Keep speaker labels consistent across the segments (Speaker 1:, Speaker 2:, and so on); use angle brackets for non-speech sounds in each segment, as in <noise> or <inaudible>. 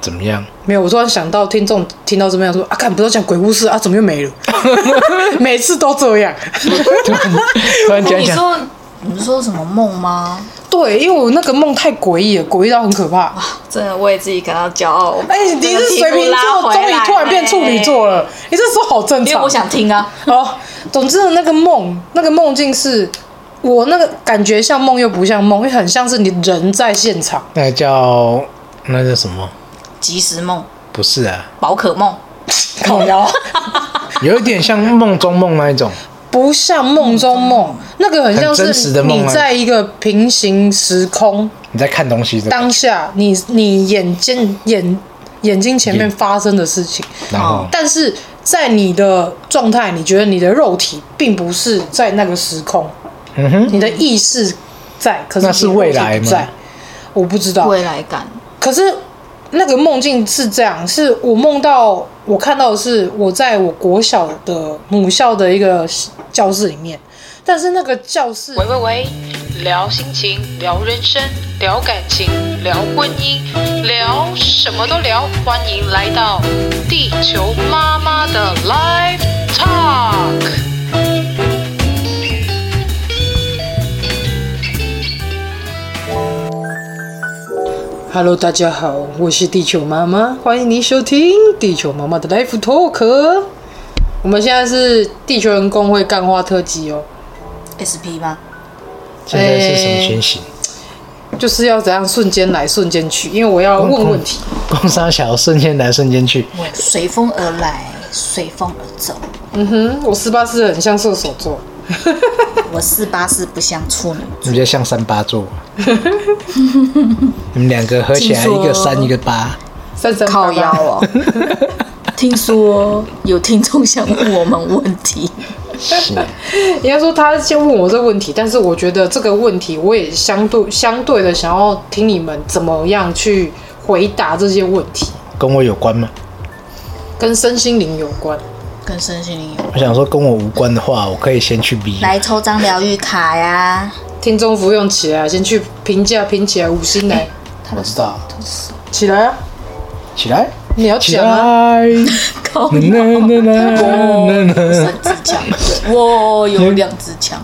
Speaker 1: 怎么样？
Speaker 2: 没有，我突然想到听众听到这边说啊，看不是要讲鬼故事啊，怎么又 <laughs> 没了？每次都这样。
Speaker 1: 突然讲一
Speaker 3: 哦你
Speaker 1: 讲，
Speaker 3: 说你说什么梦吗？
Speaker 2: 对，因为我那个梦太诡异了，诡异到很可怕。
Speaker 3: 真的为自己感到骄傲。
Speaker 2: 哎、你
Speaker 3: 这个
Speaker 2: 是
Speaker 3: 屁
Speaker 2: 水
Speaker 3: 股
Speaker 2: 瓶
Speaker 3: 拉
Speaker 2: 座，
Speaker 3: 回
Speaker 2: 终于
Speaker 3: 来
Speaker 2: 突然变处女座了，你这说好正
Speaker 3: 因为
Speaker 2: 常
Speaker 3: 我。想听啊，
Speaker 2: 哦，总之那个梦，那个梦境是我那个感觉像梦又不像梦，因为很像是你人在现场。
Speaker 1: 那个叫那叫什么？
Speaker 3: 即时梦、
Speaker 1: 不是啊，
Speaker 3: 宝可梦，
Speaker 2: <laughs> 靠腰，
Speaker 1: 有一点像梦中梦那一种，
Speaker 2: 不像梦中梦，那嗯个很像
Speaker 1: 很真实
Speaker 2: 是
Speaker 1: 的梦
Speaker 2: 你
Speaker 1: 啊
Speaker 2: 在一个平行时空。
Speaker 1: 你在看东西的，
Speaker 2: 当下你你眼睛眼眼睛前面
Speaker 1: 眼
Speaker 2: 发生的事情，
Speaker 1: 然后
Speaker 2: 但是在你的状态，你觉得你的肉体并不是在那个时空，
Speaker 1: 嗯哼，
Speaker 2: 你的意识在，可是
Speaker 1: 那是
Speaker 2: 你的肉体
Speaker 1: 未来
Speaker 2: 不
Speaker 1: 吗
Speaker 2: 在，我不知道。
Speaker 3: 未来感。
Speaker 2: 可是那个梦境是这样，是我梦到我看到的是我在我国小的母校的一个教室里面，但是那个教室
Speaker 4: 喂喂喂，聊心情，聊人生，聊感情，聊婚姻，聊什么都聊。欢迎来到地球妈妈的 Live Talk。
Speaker 2: Hello，大家好，我是地球妈妈，欢迎您收听地球妈妈的 Life Talk。我们现在是地球人工会干花特辑哦，
Speaker 3: SP 吗？
Speaker 1: 现在是什么情形？
Speaker 2: 就是要怎样瞬间来瞬间去，因为我要问问题。
Speaker 1: 工商小瞬间来瞬间去，
Speaker 3: 我随风而来，随风而走。
Speaker 2: 嗯哼，我四八四很像射手座，
Speaker 3: 我四八四不像处女，
Speaker 1: 你比较像三八
Speaker 2: <laughs>
Speaker 1: 座。你们两个合起来，
Speaker 3: 听说
Speaker 1: 一个三，一个八，
Speaker 2: 三三八八
Speaker 3: 靠腰哦。 <laughs> 听说有听众想问我们问题，
Speaker 1: 是
Speaker 2: <laughs> 应该说他先问我这个问题，但是我觉得这个问题我也相对相对的想要听你们怎么样去回答这些问题，
Speaker 1: 跟我有关吗？
Speaker 2: 跟身心灵有关。
Speaker 3: 跟身心灵有关。
Speaker 1: 我想说跟我无关的话，我可以先去 B。
Speaker 3: 来抽张疗愈卡呀，
Speaker 2: 听众服用起来，先去评价评起来，五星来
Speaker 1: 我知道，
Speaker 2: 起来啊！
Speaker 1: 起来，
Speaker 2: 你要
Speaker 1: 起
Speaker 2: 讲啊！
Speaker 1: 来，
Speaker 2: <laughs>
Speaker 3: 靠
Speaker 1: 呐呐呐呐
Speaker 3: <laughs>
Speaker 1: 呐
Speaker 2: 哦
Speaker 3: 三支枪，我有两支枪，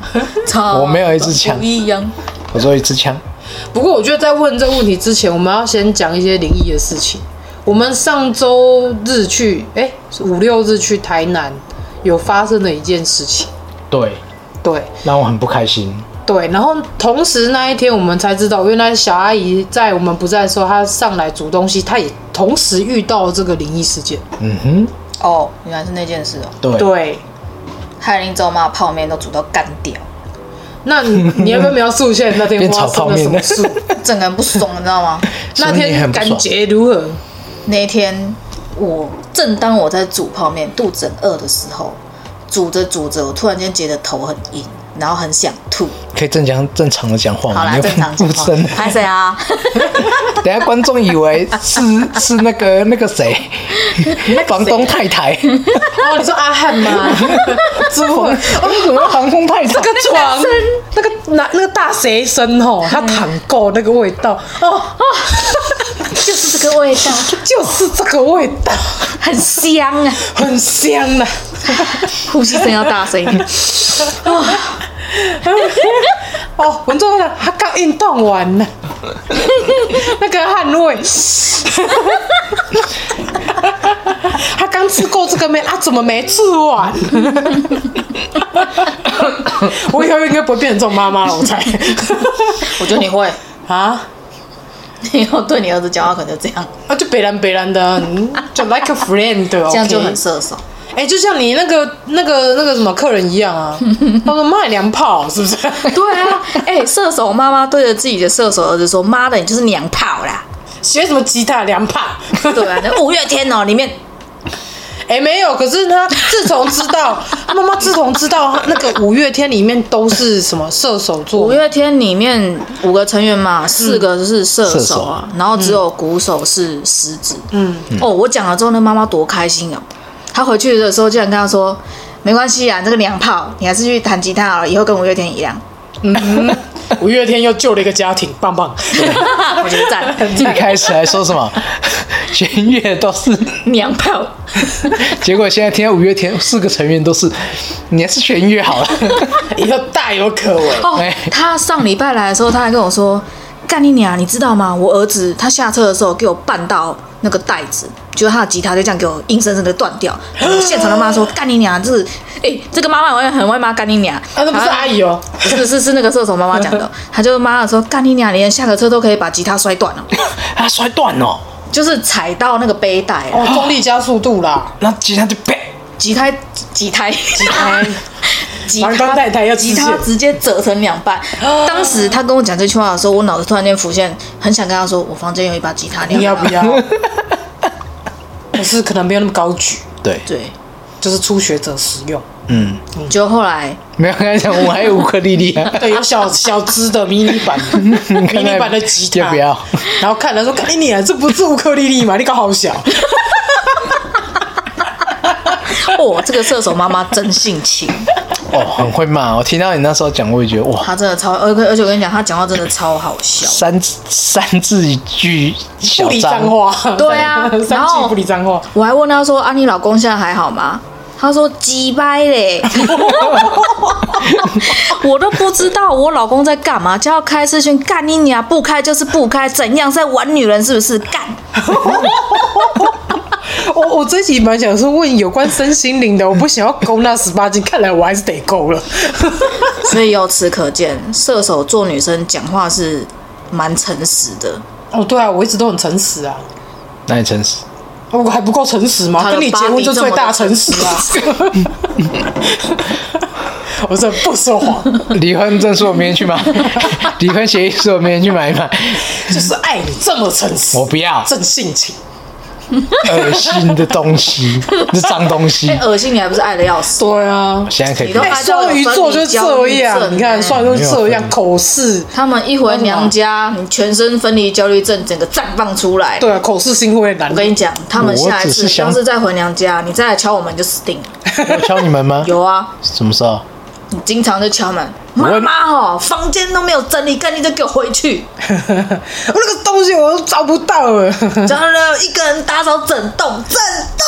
Speaker 3: 操
Speaker 1: 我没有一支枪
Speaker 3: 不一样。
Speaker 1: 我做一支枪，
Speaker 2: 不过我觉得在问这个问题之前，我们要先讲一些灵异的事情。我们上周日去，哎、五六日去台南，有发生的一件事情。
Speaker 1: 对，
Speaker 2: 对
Speaker 1: 让我很不开心。
Speaker 2: 对，然后同时那一天我们才知道，原来小阿姨在我们不在的时候，她上来煮东西，她也同时遇到了这个灵异事件。
Speaker 1: 嗯哼，
Speaker 3: 哦，原来是那件事哦，
Speaker 1: 对，
Speaker 2: 对，
Speaker 3: 害林走妈泡面都煮到干掉，
Speaker 2: 那你你要不要描述一下你那天
Speaker 1: 变
Speaker 2: 发
Speaker 1: 炒
Speaker 2: 生
Speaker 1: 泡
Speaker 2: 了什
Speaker 1: 面
Speaker 2: 么事？
Speaker 3: 整个人不爽，你知道
Speaker 1: <laughs>
Speaker 3: 吗？
Speaker 2: 那
Speaker 1: 所以你
Speaker 2: 天
Speaker 1: 很不
Speaker 2: 感
Speaker 1: 爽
Speaker 2: 觉如何？哦
Speaker 3: 那一天我正当我在煮泡面，肚子很饿的时候，煮着煮着，我突然间觉得头很硬，然后很想吐。
Speaker 1: 可以正常正常的讲话吗？
Speaker 3: 好啦，
Speaker 1: 你又
Speaker 3: 正常
Speaker 1: 不
Speaker 3: 情况
Speaker 1: 真，的，
Speaker 3: 拍谁啊？
Speaker 1: 等下观众以为
Speaker 3: <laughs>
Speaker 1: 是是那个那个谁，房东太太，
Speaker 2: 哦，你说阿汉吗？哦
Speaker 1: 是我我航空太太
Speaker 2: 那，个床，那个那那个大学生
Speaker 3: 嗯
Speaker 2: 吼，他躺够那个味道哦，
Speaker 3: 哦 <laughs> 就是这个味道，
Speaker 2: 就是这个味道，
Speaker 3: 很香啊！
Speaker 2: 很香呐、
Speaker 3: 呼吸声要大声一
Speaker 1: <laughs>
Speaker 3: 点。
Speaker 2: 哦，文忠呢，他刚运动完呢，那个汗味，他刚吃够这个面啊，怎么没吃
Speaker 3: <laughs>
Speaker 2: 完？我以后应该不会变成这种妈妈了，我猜
Speaker 3: 我觉得你会，
Speaker 2: 啊。
Speaker 3: 你以后对你儿子讲话可能就这样。
Speaker 2: 啊，就北兰北兰的啊，你就 like a friend，这
Speaker 3: <laughs> 这样就很射手。
Speaker 2: 哎、就像你那个那个那个什么客人一样啊，他说卖娘炮是不
Speaker 3: <laughs>
Speaker 2: 是？
Speaker 3: 对啊，哎、射手妈妈对着自己的射手儿子说：“妈的，你就是娘炮 <laughs> 啦
Speaker 2: 学什么吉他娘炮？！” <laughs>
Speaker 3: 对啊，那五月天哦，里面
Speaker 2: 哎、没有，可是他自从知道 <laughs> 妈妈自从知道那个五月天里面都是什么射手座
Speaker 3: <laughs> 五，月天里面五个成员嘛，四个是射手啊，然后只有鼓手是狮子。嗯，哦，我讲了之后，那妈妈多开心哦！她回去的时候竟然跟她说：“没关系啊，这个娘炮，你还是去弹吉他好了，以后跟五月天一样。
Speaker 2: 嗯，五月天又救了一个家庭，棒
Speaker 3: <laughs>
Speaker 2: 棒。”
Speaker 3: 我觉得赞，
Speaker 1: 一开始还说什么全乐都是，
Speaker 3: <laughs> 娘炮。
Speaker 1: 结果现在听到五月天四个成员都是，你还是全乐好了。
Speaker 2: 以后大有可为。
Speaker 3: 哦
Speaker 1: 哎，
Speaker 3: 他上礼拜来的时候，他还跟我说：“干你娘，你知道吗？我儿子他下车的时候给我绊到那个袋子，就是他的吉他就这样给我硬生生的断掉。”我现场的妈说：“干你娘，这是哎、这个妈妈好像很会骂干你娘。”
Speaker 2: 啊，那不是阿姨哦，
Speaker 3: 不是是是那个射手妈妈讲
Speaker 2: <laughs>
Speaker 3: 的，她就妈妈说：“干你娘，你连下个车都可以把吉他摔断了，
Speaker 1: 他摔断哦，
Speaker 3: 就是踩到那个背带啊，
Speaker 2: 哦，重力加速度
Speaker 3: <laughs>
Speaker 2: 啦，
Speaker 1: 那吉他就啪，
Speaker 3: 吉他吉他吉他。”
Speaker 2: 哎
Speaker 3: 吉
Speaker 2: 王刚太太要哦极
Speaker 3: 吉他
Speaker 2: 限
Speaker 3: 直接折成两半。当时他跟我讲这句话的时候，我脑子突然间浮现，很想跟他说：“我房间有一把吉他，
Speaker 2: 你要
Speaker 3: 要
Speaker 2: 不
Speaker 3: 要
Speaker 2: 要？ <laughs> 可是可能没有那么高举，
Speaker 1: 对？”，
Speaker 3: 对，
Speaker 2: 就是初学者使用。
Speaker 1: 嗯，
Speaker 3: 就后来
Speaker 1: 没有跟他讲，我还有乌克丽丽啊，
Speaker 2: 对，有小小只的迷你版， <laughs>
Speaker 1: 你
Speaker 2: 迷
Speaker 1: 看
Speaker 2: 你
Speaker 1: 那
Speaker 2: 版的吉他
Speaker 1: 要不要？
Speaker 2: 然后看他说：“看你脸，这不是乌克丽丽吗？你搞好小。
Speaker 3: 哦，这个射手妈妈真性情，
Speaker 1: 哦，很会骂。我听到你那时候讲，我也觉得哇，
Speaker 3: 她真的超，而而且我跟你讲，她讲话真的超好笑。
Speaker 1: 三三字一句”小
Speaker 2: 不理
Speaker 1: 张
Speaker 2: 脏，话，
Speaker 3: 对啊
Speaker 2: <laughs>
Speaker 3: 然
Speaker 2: 三
Speaker 3: 后
Speaker 2: 句不理脏话，
Speaker 3: 我还问她说：“啊，你老公现在还好吗？”她说：“鸡掰嘞， <laughs> 我都不知道我老公在干嘛，就要开视讯干你娘，不开就是不开，怎样在玩女人是不是？干！”
Speaker 2: 我我这集蛮想说问有关身心灵的，我不想要勾那十八禁，看来我还是得勾了。
Speaker 3: 所以由此可见，射手座女生讲话是蛮诚实的。
Speaker 2: <laughs> 哦，对啊，我一直都很诚实啊，
Speaker 1: 那你诚实。
Speaker 2: 我还不够诚实吗？
Speaker 3: 他的
Speaker 2: 跟你结婚就最大诚实
Speaker 3: <laughs>
Speaker 2: 啊！ <laughs> 我真的不说谎，
Speaker 1: 离婚证书我明天
Speaker 3: <laughs>
Speaker 1: 去买，离婚协议书我明天去买一买。
Speaker 2: 就是爱你这么诚实，
Speaker 1: 我不要
Speaker 2: 正性情。
Speaker 1: 恶心的东西，这脏东西。
Speaker 3: 哎恶心你还不是爱的要死？
Speaker 2: 对啊，
Speaker 1: 现在可以
Speaker 3: 你都
Speaker 1: 看
Speaker 2: 哎，双鱼座就是这样，你看双鱼座就是这样，口是，
Speaker 3: 他们一回娘家，你全身分离焦虑症整个绽放出来。
Speaker 2: 对啊，口是心非难
Speaker 3: 我。跟你讲，他们下
Speaker 1: 我
Speaker 3: 一
Speaker 1: 只是
Speaker 3: 次
Speaker 1: 想
Speaker 3: 要是再回娘家，你再来敲我门就死定了。
Speaker 1: 我敲你们吗？
Speaker 3: 有啊，
Speaker 1: 什么时候？
Speaker 3: 你经常就敲门，
Speaker 1: 我
Speaker 3: 妈妈哦，房间都没有整理干净，就给我回
Speaker 1: <laughs>
Speaker 3: 去。
Speaker 2: <laughs> 我那个东西我都找不到了。 <laughs>
Speaker 3: 然后呢，一个人打扫整栋，整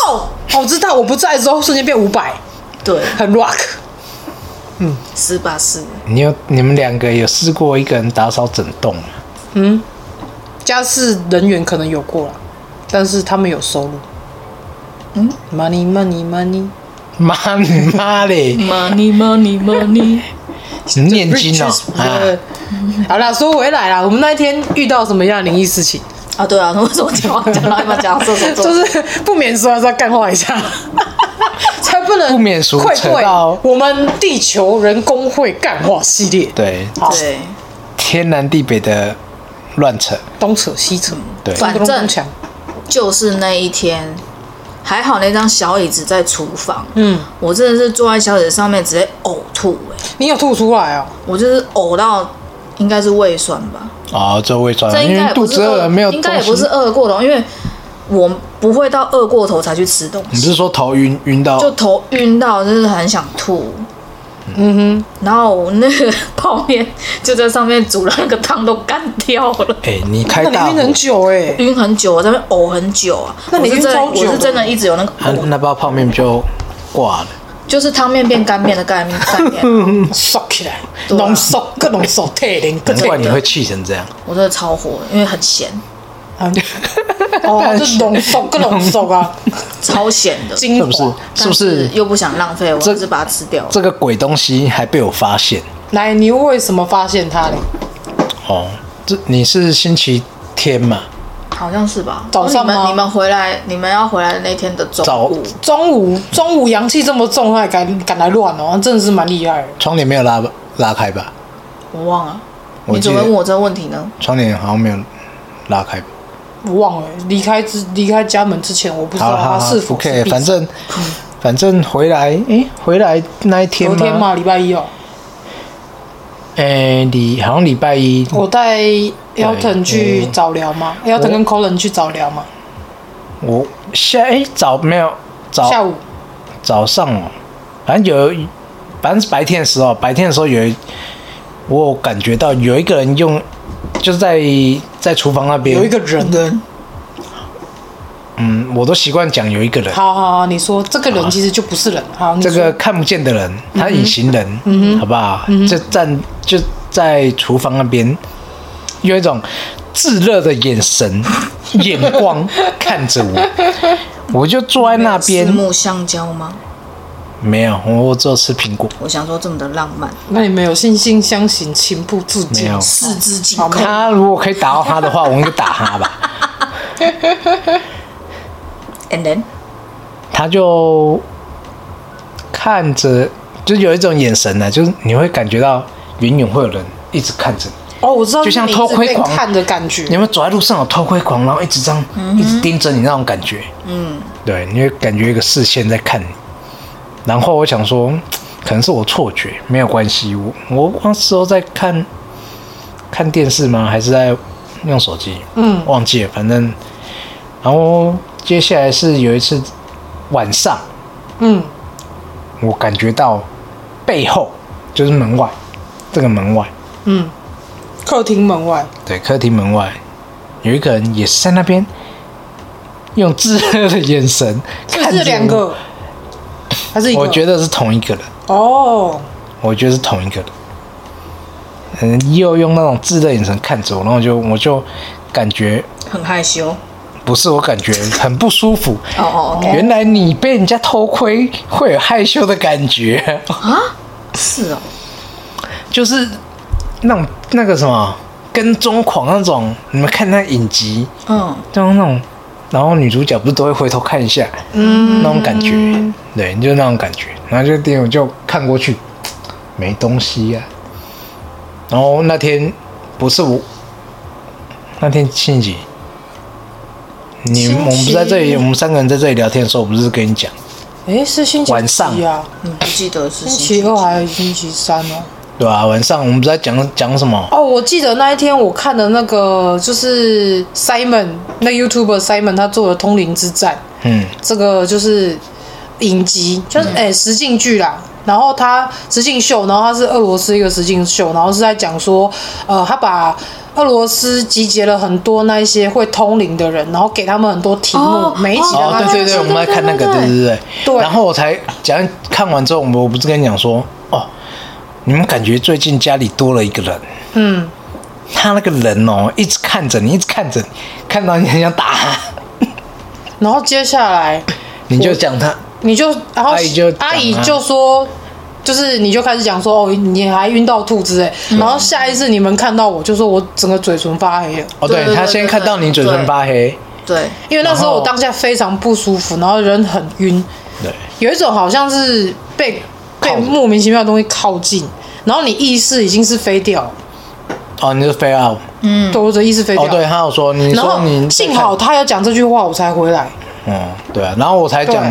Speaker 3: 栋。
Speaker 2: 哦我知道我不在的时候瞬间变五百，
Speaker 1: <laughs>
Speaker 3: 对，
Speaker 2: 很 rock。
Speaker 3: 是吧？是。
Speaker 1: 你有你们两个有试过一个人打扫整栋吗？
Speaker 2: 家事人员可能有过了，但是他们有收入。嗯，money money money，
Speaker 1: 妈你妈嘞！
Speaker 3: Money money money。
Speaker 1: 念经哦
Speaker 2: Riches
Speaker 1: 啊！
Speaker 2: brother 好啦，说回来啦，我们那一天遇到什么样的灵异事情，
Speaker 3: 啊，对啊， <laughs> 那为什么讲话讲到一半讲到射手 <laughs> 座？
Speaker 2: <laughs> 就是不免说还是要干化一
Speaker 3: <laughs>
Speaker 2: 下，才不能
Speaker 1: 不免俗
Speaker 2: 愧
Speaker 1: 扯
Speaker 2: 对
Speaker 1: 到
Speaker 2: 我们地球人工会干化系列，
Speaker 1: 对，
Speaker 2: 好
Speaker 3: 对，
Speaker 1: 天南地北的乱扯，
Speaker 2: 东扯西扯，
Speaker 1: 对
Speaker 2: 咚咚咚咚锵
Speaker 3: 就是那一天，还好那张小椅子在厨房，
Speaker 2: 嗯，
Speaker 3: 我真的是坐在小椅子上面直接呕吐、欸，
Speaker 2: 你有吐出来哦？
Speaker 3: 我就是呕到应该是胃酸吧，
Speaker 1: 哦，这胃酸
Speaker 3: 这，应
Speaker 1: 因
Speaker 3: 该
Speaker 1: 为
Speaker 3: 也
Speaker 1: 肚
Speaker 3: 不是
Speaker 1: 子饿
Speaker 3: 饿，
Speaker 1: 了没有
Speaker 3: 应
Speaker 1: 东
Speaker 3: 该也不
Speaker 1: 西
Speaker 3: 是。饿过头，因为我不会到饿过头才去吃东
Speaker 1: 你
Speaker 3: 西，
Speaker 1: 不是说头晕晕到
Speaker 3: 就头晕到就是很想吐。嗯哼，然后我那个泡面就在上面煮了，那个汤都干掉了。
Speaker 1: 哎、你开
Speaker 2: 那
Speaker 1: 大
Speaker 2: 你
Speaker 1: 火
Speaker 2: 晕很久哎、
Speaker 3: 晕很久，我啊在那边呕很久啊。
Speaker 2: 那你
Speaker 3: 我是
Speaker 2: 晕
Speaker 3: 真的，
Speaker 2: 超久
Speaker 3: 我是真的一直有那个
Speaker 1: 啊
Speaker 3: 呕，
Speaker 1: 那包泡面就挂了。
Speaker 3: 就是汤面变干面的概念概念，
Speaker 1: <laughs>
Speaker 2: 缩起来，
Speaker 3: 对啊
Speaker 2: 浓缩各种缩退零，各
Speaker 1: 难
Speaker 2: 退
Speaker 1: 怪
Speaker 2: 零
Speaker 1: 你会气成这样，
Speaker 3: 我真的超火，因为很咸，
Speaker 1: <laughs>
Speaker 2: 啊哦，就浓缩各种缩啊，
Speaker 3: 超咸的，
Speaker 2: 精
Speaker 1: 是
Speaker 2: 华
Speaker 1: 不是？是不
Speaker 3: 但
Speaker 1: 是？
Speaker 3: 又不想浪费，我
Speaker 1: 这
Speaker 3: 只是把它吃掉了。
Speaker 1: 这个鬼东西还被我发现
Speaker 2: 来，你为什么发现它嘞？
Speaker 1: 哦！这你是星期天嘛？
Speaker 3: 好像是吧？哦
Speaker 2: 早上
Speaker 3: 你们
Speaker 2: 吗
Speaker 3: 你们回来，你们要回来的那天的中
Speaker 1: 早
Speaker 3: 午，
Speaker 2: 中午中午阳气这么重，他还敢敢来乱哦，真的是蛮厉害的。
Speaker 1: 窗帘没有拉拉开吧？
Speaker 3: 我忘了。
Speaker 1: 我
Speaker 3: 你
Speaker 1: 记
Speaker 3: 怎
Speaker 1: 得
Speaker 3: 么会问我这个问题呢？
Speaker 1: 窗帘好像没有拉开吧。
Speaker 2: 我忘了离开之离开家门之前，我不知
Speaker 1: 好
Speaker 2: 道
Speaker 1: 了好
Speaker 2: 他
Speaker 1: 了
Speaker 2: 是否是
Speaker 1: ，OK，
Speaker 2: 闭嗯
Speaker 1: 反正反正回来，诶、回来那一天
Speaker 2: 昨
Speaker 1: 吗？
Speaker 2: 天嘛，礼拜一哦，
Speaker 1: 诶、礼好像礼拜一，
Speaker 2: 我带 Elton 去
Speaker 1: 嗯
Speaker 2: 早疗嘛，Elton 跟 Colin 去早疗嘛，
Speaker 1: 我下诶、早没有早
Speaker 2: 下午
Speaker 1: 早上哦，反正有，反正是白天的时候，白天的时候有一，我有感觉到有一个人用，就是在在厨房那边
Speaker 2: 有一个，人，
Speaker 3: 人
Speaker 1: 嗯，我都习惯讲有一个人，
Speaker 2: 好好好，你说这个人其实就不是人，好，你
Speaker 1: 这
Speaker 2: 说嗯
Speaker 1: 个看不见的人，他隐形人，好不好？就站就在厨房那边，用一种炙热的眼
Speaker 2: <laughs>
Speaker 1: 神、眼光看着我，我就坐在那
Speaker 3: 是
Speaker 1: 边，
Speaker 3: 木香蕉吗？
Speaker 1: 没有，我我只有吃苹果。
Speaker 3: 我想说这么的浪漫，
Speaker 2: 那你们有惺惺相惜，情不自
Speaker 1: 没
Speaker 2: 禁
Speaker 1: 有，
Speaker 3: 四肢紧
Speaker 2: 好
Speaker 3: 扣，
Speaker 1: 他如果可以打到他的话，我应该打他吧。
Speaker 3: ，and then
Speaker 1: 他就看着，就有一种眼神呢、就是你会感觉到远远会有人一直看着你。
Speaker 2: 哦，我知道，
Speaker 1: 就像
Speaker 2: 你一直
Speaker 1: 偷窥
Speaker 2: 被
Speaker 1: 狂
Speaker 2: 看的感
Speaker 1: 你
Speaker 2: 觉，
Speaker 1: 有没有走在路上有偷窥狂，然后一直这样、一直盯着你那种感觉？
Speaker 3: 嗯，
Speaker 1: 对，你会感觉有一个视线在看你。然后我想说，嗯可能是我错觉，没有关系。我我那时候在看看电视吗？还是在用手机？
Speaker 2: 嗯
Speaker 1: 忘记了，反正。然后接下来是有一次晚上，
Speaker 2: 嗯，
Speaker 1: 我感觉到背后就是门外，这个门外，
Speaker 2: 客厅门外，
Speaker 1: 对，客厅门外有一个人也是在那边用炙热的眼神
Speaker 2: 是
Speaker 1: 看
Speaker 2: 不
Speaker 1: 着
Speaker 2: 是两个，还是一
Speaker 1: 我，
Speaker 2: 个？
Speaker 1: 我觉得是同一个人，
Speaker 2: 哦，
Speaker 1: 我觉得是同一个人，嗯，又用那种炙热眼神看着我，然后我就我就感觉
Speaker 3: 很害羞。
Speaker 1: 不是，我感觉很不舒服。
Speaker 3: 哦哦，OK，
Speaker 1: 原来你被人家偷窥会有害羞的感觉，
Speaker 3: 是哦，
Speaker 1: 就是那种那个什么跟踪狂那种，你们看那影集，
Speaker 3: 嗯，
Speaker 1: 就是那种，然后女主角不是都会回头看一下，嗯，那种感觉，对，就是那种感觉。然后就电影就看过去，没东西呀、然后那天不是我，那天庆几？你
Speaker 2: 星期
Speaker 1: 我们不是在这里，我们三个人在这里聊天的时候，我不是跟你讲，
Speaker 2: 诶，是星期
Speaker 1: 晚上
Speaker 2: 几啊？
Speaker 3: 你不记得是
Speaker 2: 星
Speaker 3: 星
Speaker 2: 期
Speaker 3: 期
Speaker 2: 二还是星期三哦？
Speaker 1: 对吧、晚上我们不是在讲讲什么？
Speaker 2: 哦，我记得那一天我看的那个就是 Simon 那 YouTuber Simon 他做的《通灵之战》，
Speaker 1: 嗯，
Speaker 2: 这个就是影集，就是诶、实境剧啦。然后他实境秀，然后他是俄罗斯一个实境秀，然后是在讲说，呃，他把俄罗斯集结了很多那一些会通灵的人，然后给他们很多题目，
Speaker 3: 哦
Speaker 2: 每一集让
Speaker 1: 哦，
Speaker 2: 他
Speaker 1: 对对
Speaker 2: 去
Speaker 1: 对，我们在看那个，
Speaker 3: 对
Speaker 1: 对对对。
Speaker 2: 对
Speaker 1: 然后我才讲看完之后，我我不是跟你讲说，哦，你们感觉最近家里多了一个人，
Speaker 2: 嗯，
Speaker 1: 他那个人哦，一直看着你，一直看着你，看到你很想打他，
Speaker 2: 然后接下来
Speaker 1: 你就讲他，
Speaker 2: 你就然后
Speaker 1: 阿姨就
Speaker 2: 阿姨
Speaker 1: 讲啊
Speaker 2: 就说，就是你就开始讲说哦，你还晕到吐之类，
Speaker 1: 嗯
Speaker 2: 然后下一次你们看到我就说我整个嘴唇发黑了，
Speaker 1: 哦，
Speaker 3: 对
Speaker 1: 对
Speaker 3: 对
Speaker 1: 他
Speaker 3: 对
Speaker 1: 先
Speaker 3: 对
Speaker 1: 看到你嘴唇
Speaker 3: 对
Speaker 1: 发黑，
Speaker 3: 对，
Speaker 2: 因为那
Speaker 1: 然
Speaker 2: 时候
Speaker 1: 后
Speaker 2: 我当下非常不舒服，然后人很晕，
Speaker 1: 对，
Speaker 2: 有一种好像是被被
Speaker 1: 靠着
Speaker 2: 莫名其妙的东西靠近，然后你意识已经是飞掉了，
Speaker 1: 哦，你是飞奥，
Speaker 2: 嗯、对，我的意识飞掉
Speaker 1: 哦，
Speaker 2: 了，
Speaker 1: 对，他有说，你
Speaker 2: 然
Speaker 1: 说
Speaker 2: 后
Speaker 1: 你在
Speaker 2: 幸
Speaker 1: 看
Speaker 2: 好，他有讲这句话，我才回来。
Speaker 1: 嗯，对啊，然后我才讲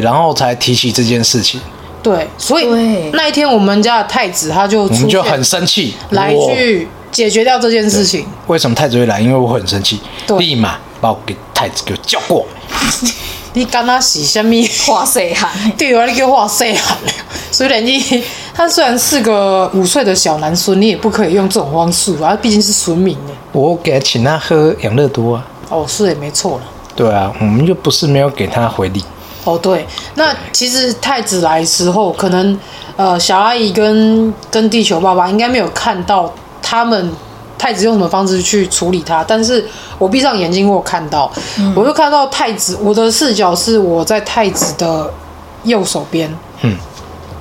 Speaker 1: 对，然后才提起这件事情，
Speaker 2: 对，所以
Speaker 3: 对
Speaker 2: 那一天我们家的太子他就
Speaker 1: 我
Speaker 2: 出
Speaker 1: 们
Speaker 2: 现
Speaker 1: 就很生气，
Speaker 2: 来
Speaker 1: 我
Speaker 2: 去解决掉这件事情。
Speaker 1: 为什么太子会来？因为我很生气，
Speaker 2: 对
Speaker 1: 立马把我给太子给我叫过来。
Speaker 2: 你干他洗什么？ <laughs>
Speaker 3: 哇塞哈，
Speaker 2: 对我那个哇塞啊！虽然你他虽然是个五岁的小男孙，你也不可以用这种方式啊，毕竟是孙明的。
Speaker 1: 我给他请他喝养乐多啊。
Speaker 2: 哦，是也没错了。
Speaker 1: 对啊，我们又不是没有给他回礼。
Speaker 2: 哦，对，那其实太子来的时候，可能呃，小阿姨跟跟地球爸爸应该没有看到他们太子用什么方式去处理他，但是我闭上眼睛，我有看到，我就看到太子，我的视角是我在太子的右手边，
Speaker 1: 嗯，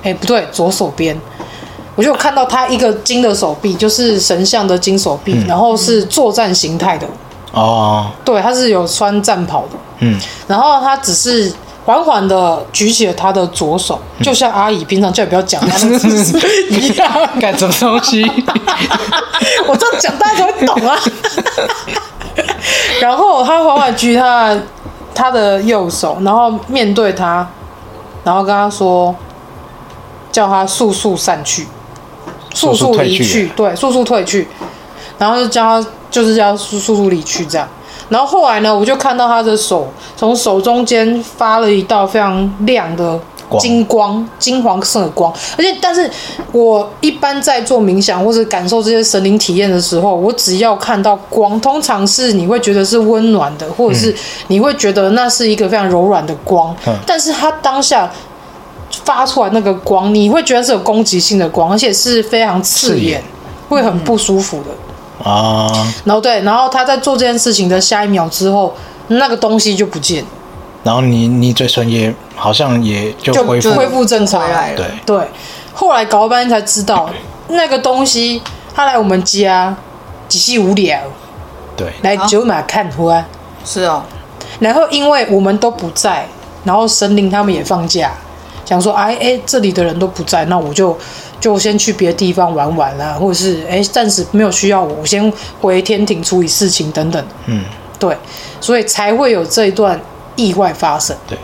Speaker 2: 哎，不对，左手边。我就有看到他一个金的手臂，就是神像的金手臂，然后是作战形态的，
Speaker 1: <laughs> 哦，
Speaker 2: 对，他是有穿战袍的，
Speaker 1: 嗯，
Speaker 2: 然后他只是缓缓的举起了他的左手，
Speaker 1: 嗯
Speaker 2: 就像阿姨平常叫你不要
Speaker 1: <laughs>
Speaker 2: 讲啊话那姿势一样。
Speaker 1: 干什么东 <laughs> 西？
Speaker 2: 我这样讲大家才会懂啊。 <laughs> 然后他缓缓举他的他的右手，然后面对他，然后跟他说，叫他速速散去，速
Speaker 1: 速
Speaker 2: 速
Speaker 1: 退
Speaker 2: 离
Speaker 1: 去
Speaker 2: 去，对，速速退去，然后就叫他就是叫他速速速离去这样。然后后来呢，我就看到他的手从手中间发了一道非常亮的
Speaker 1: 光
Speaker 2: 金光，金黄色的光。而且，但是我一般在做冥想或者感受这些神灵体验的时候，我只要看到光，通常是你会觉得是温暖的，或者是你会觉得那是一个非常柔软的光。
Speaker 1: 嗯
Speaker 2: 但是它当下发出来那个光，你会觉得是有攻击性的光，而且是非常刺
Speaker 1: 刺
Speaker 2: 眼，
Speaker 1: 眼嗯
Speaker 2: 会很不舒服的。
Speaker 1: 啊，
Speaker 2: 然后对，然后他在做这件事情的下一秒之后，那个东西就不见了，
Speaker 1: 然后你你嘴唇也好像也就
Speaker 2: 就
Speaker 1: 恢复
Speaker 2: 恢复正常
Speaker 3: 回来了
Speaker 1: 对，
Speaker 2: 对，后来搞了半天才知道，那个东西他来我们家，只是无聊
Speaker 1: 对，
Speaker 2: 来
Speaker 3: 啊
Speaker 2: 酒马看花，
Speaker 3: 是哦，
Speaker 2: 然后因为我们都不在，然后神灵他们也放假，想说哎哎这里的人都不在，那我就就先去别的地方玩玩啦、或者是哎暂时没有需要我，我先回天庭处理事情等等。
Speaker 1: 嗯，
Speaker 2: 对，所以才会有这一段意外发生。
Speaker 1: 对，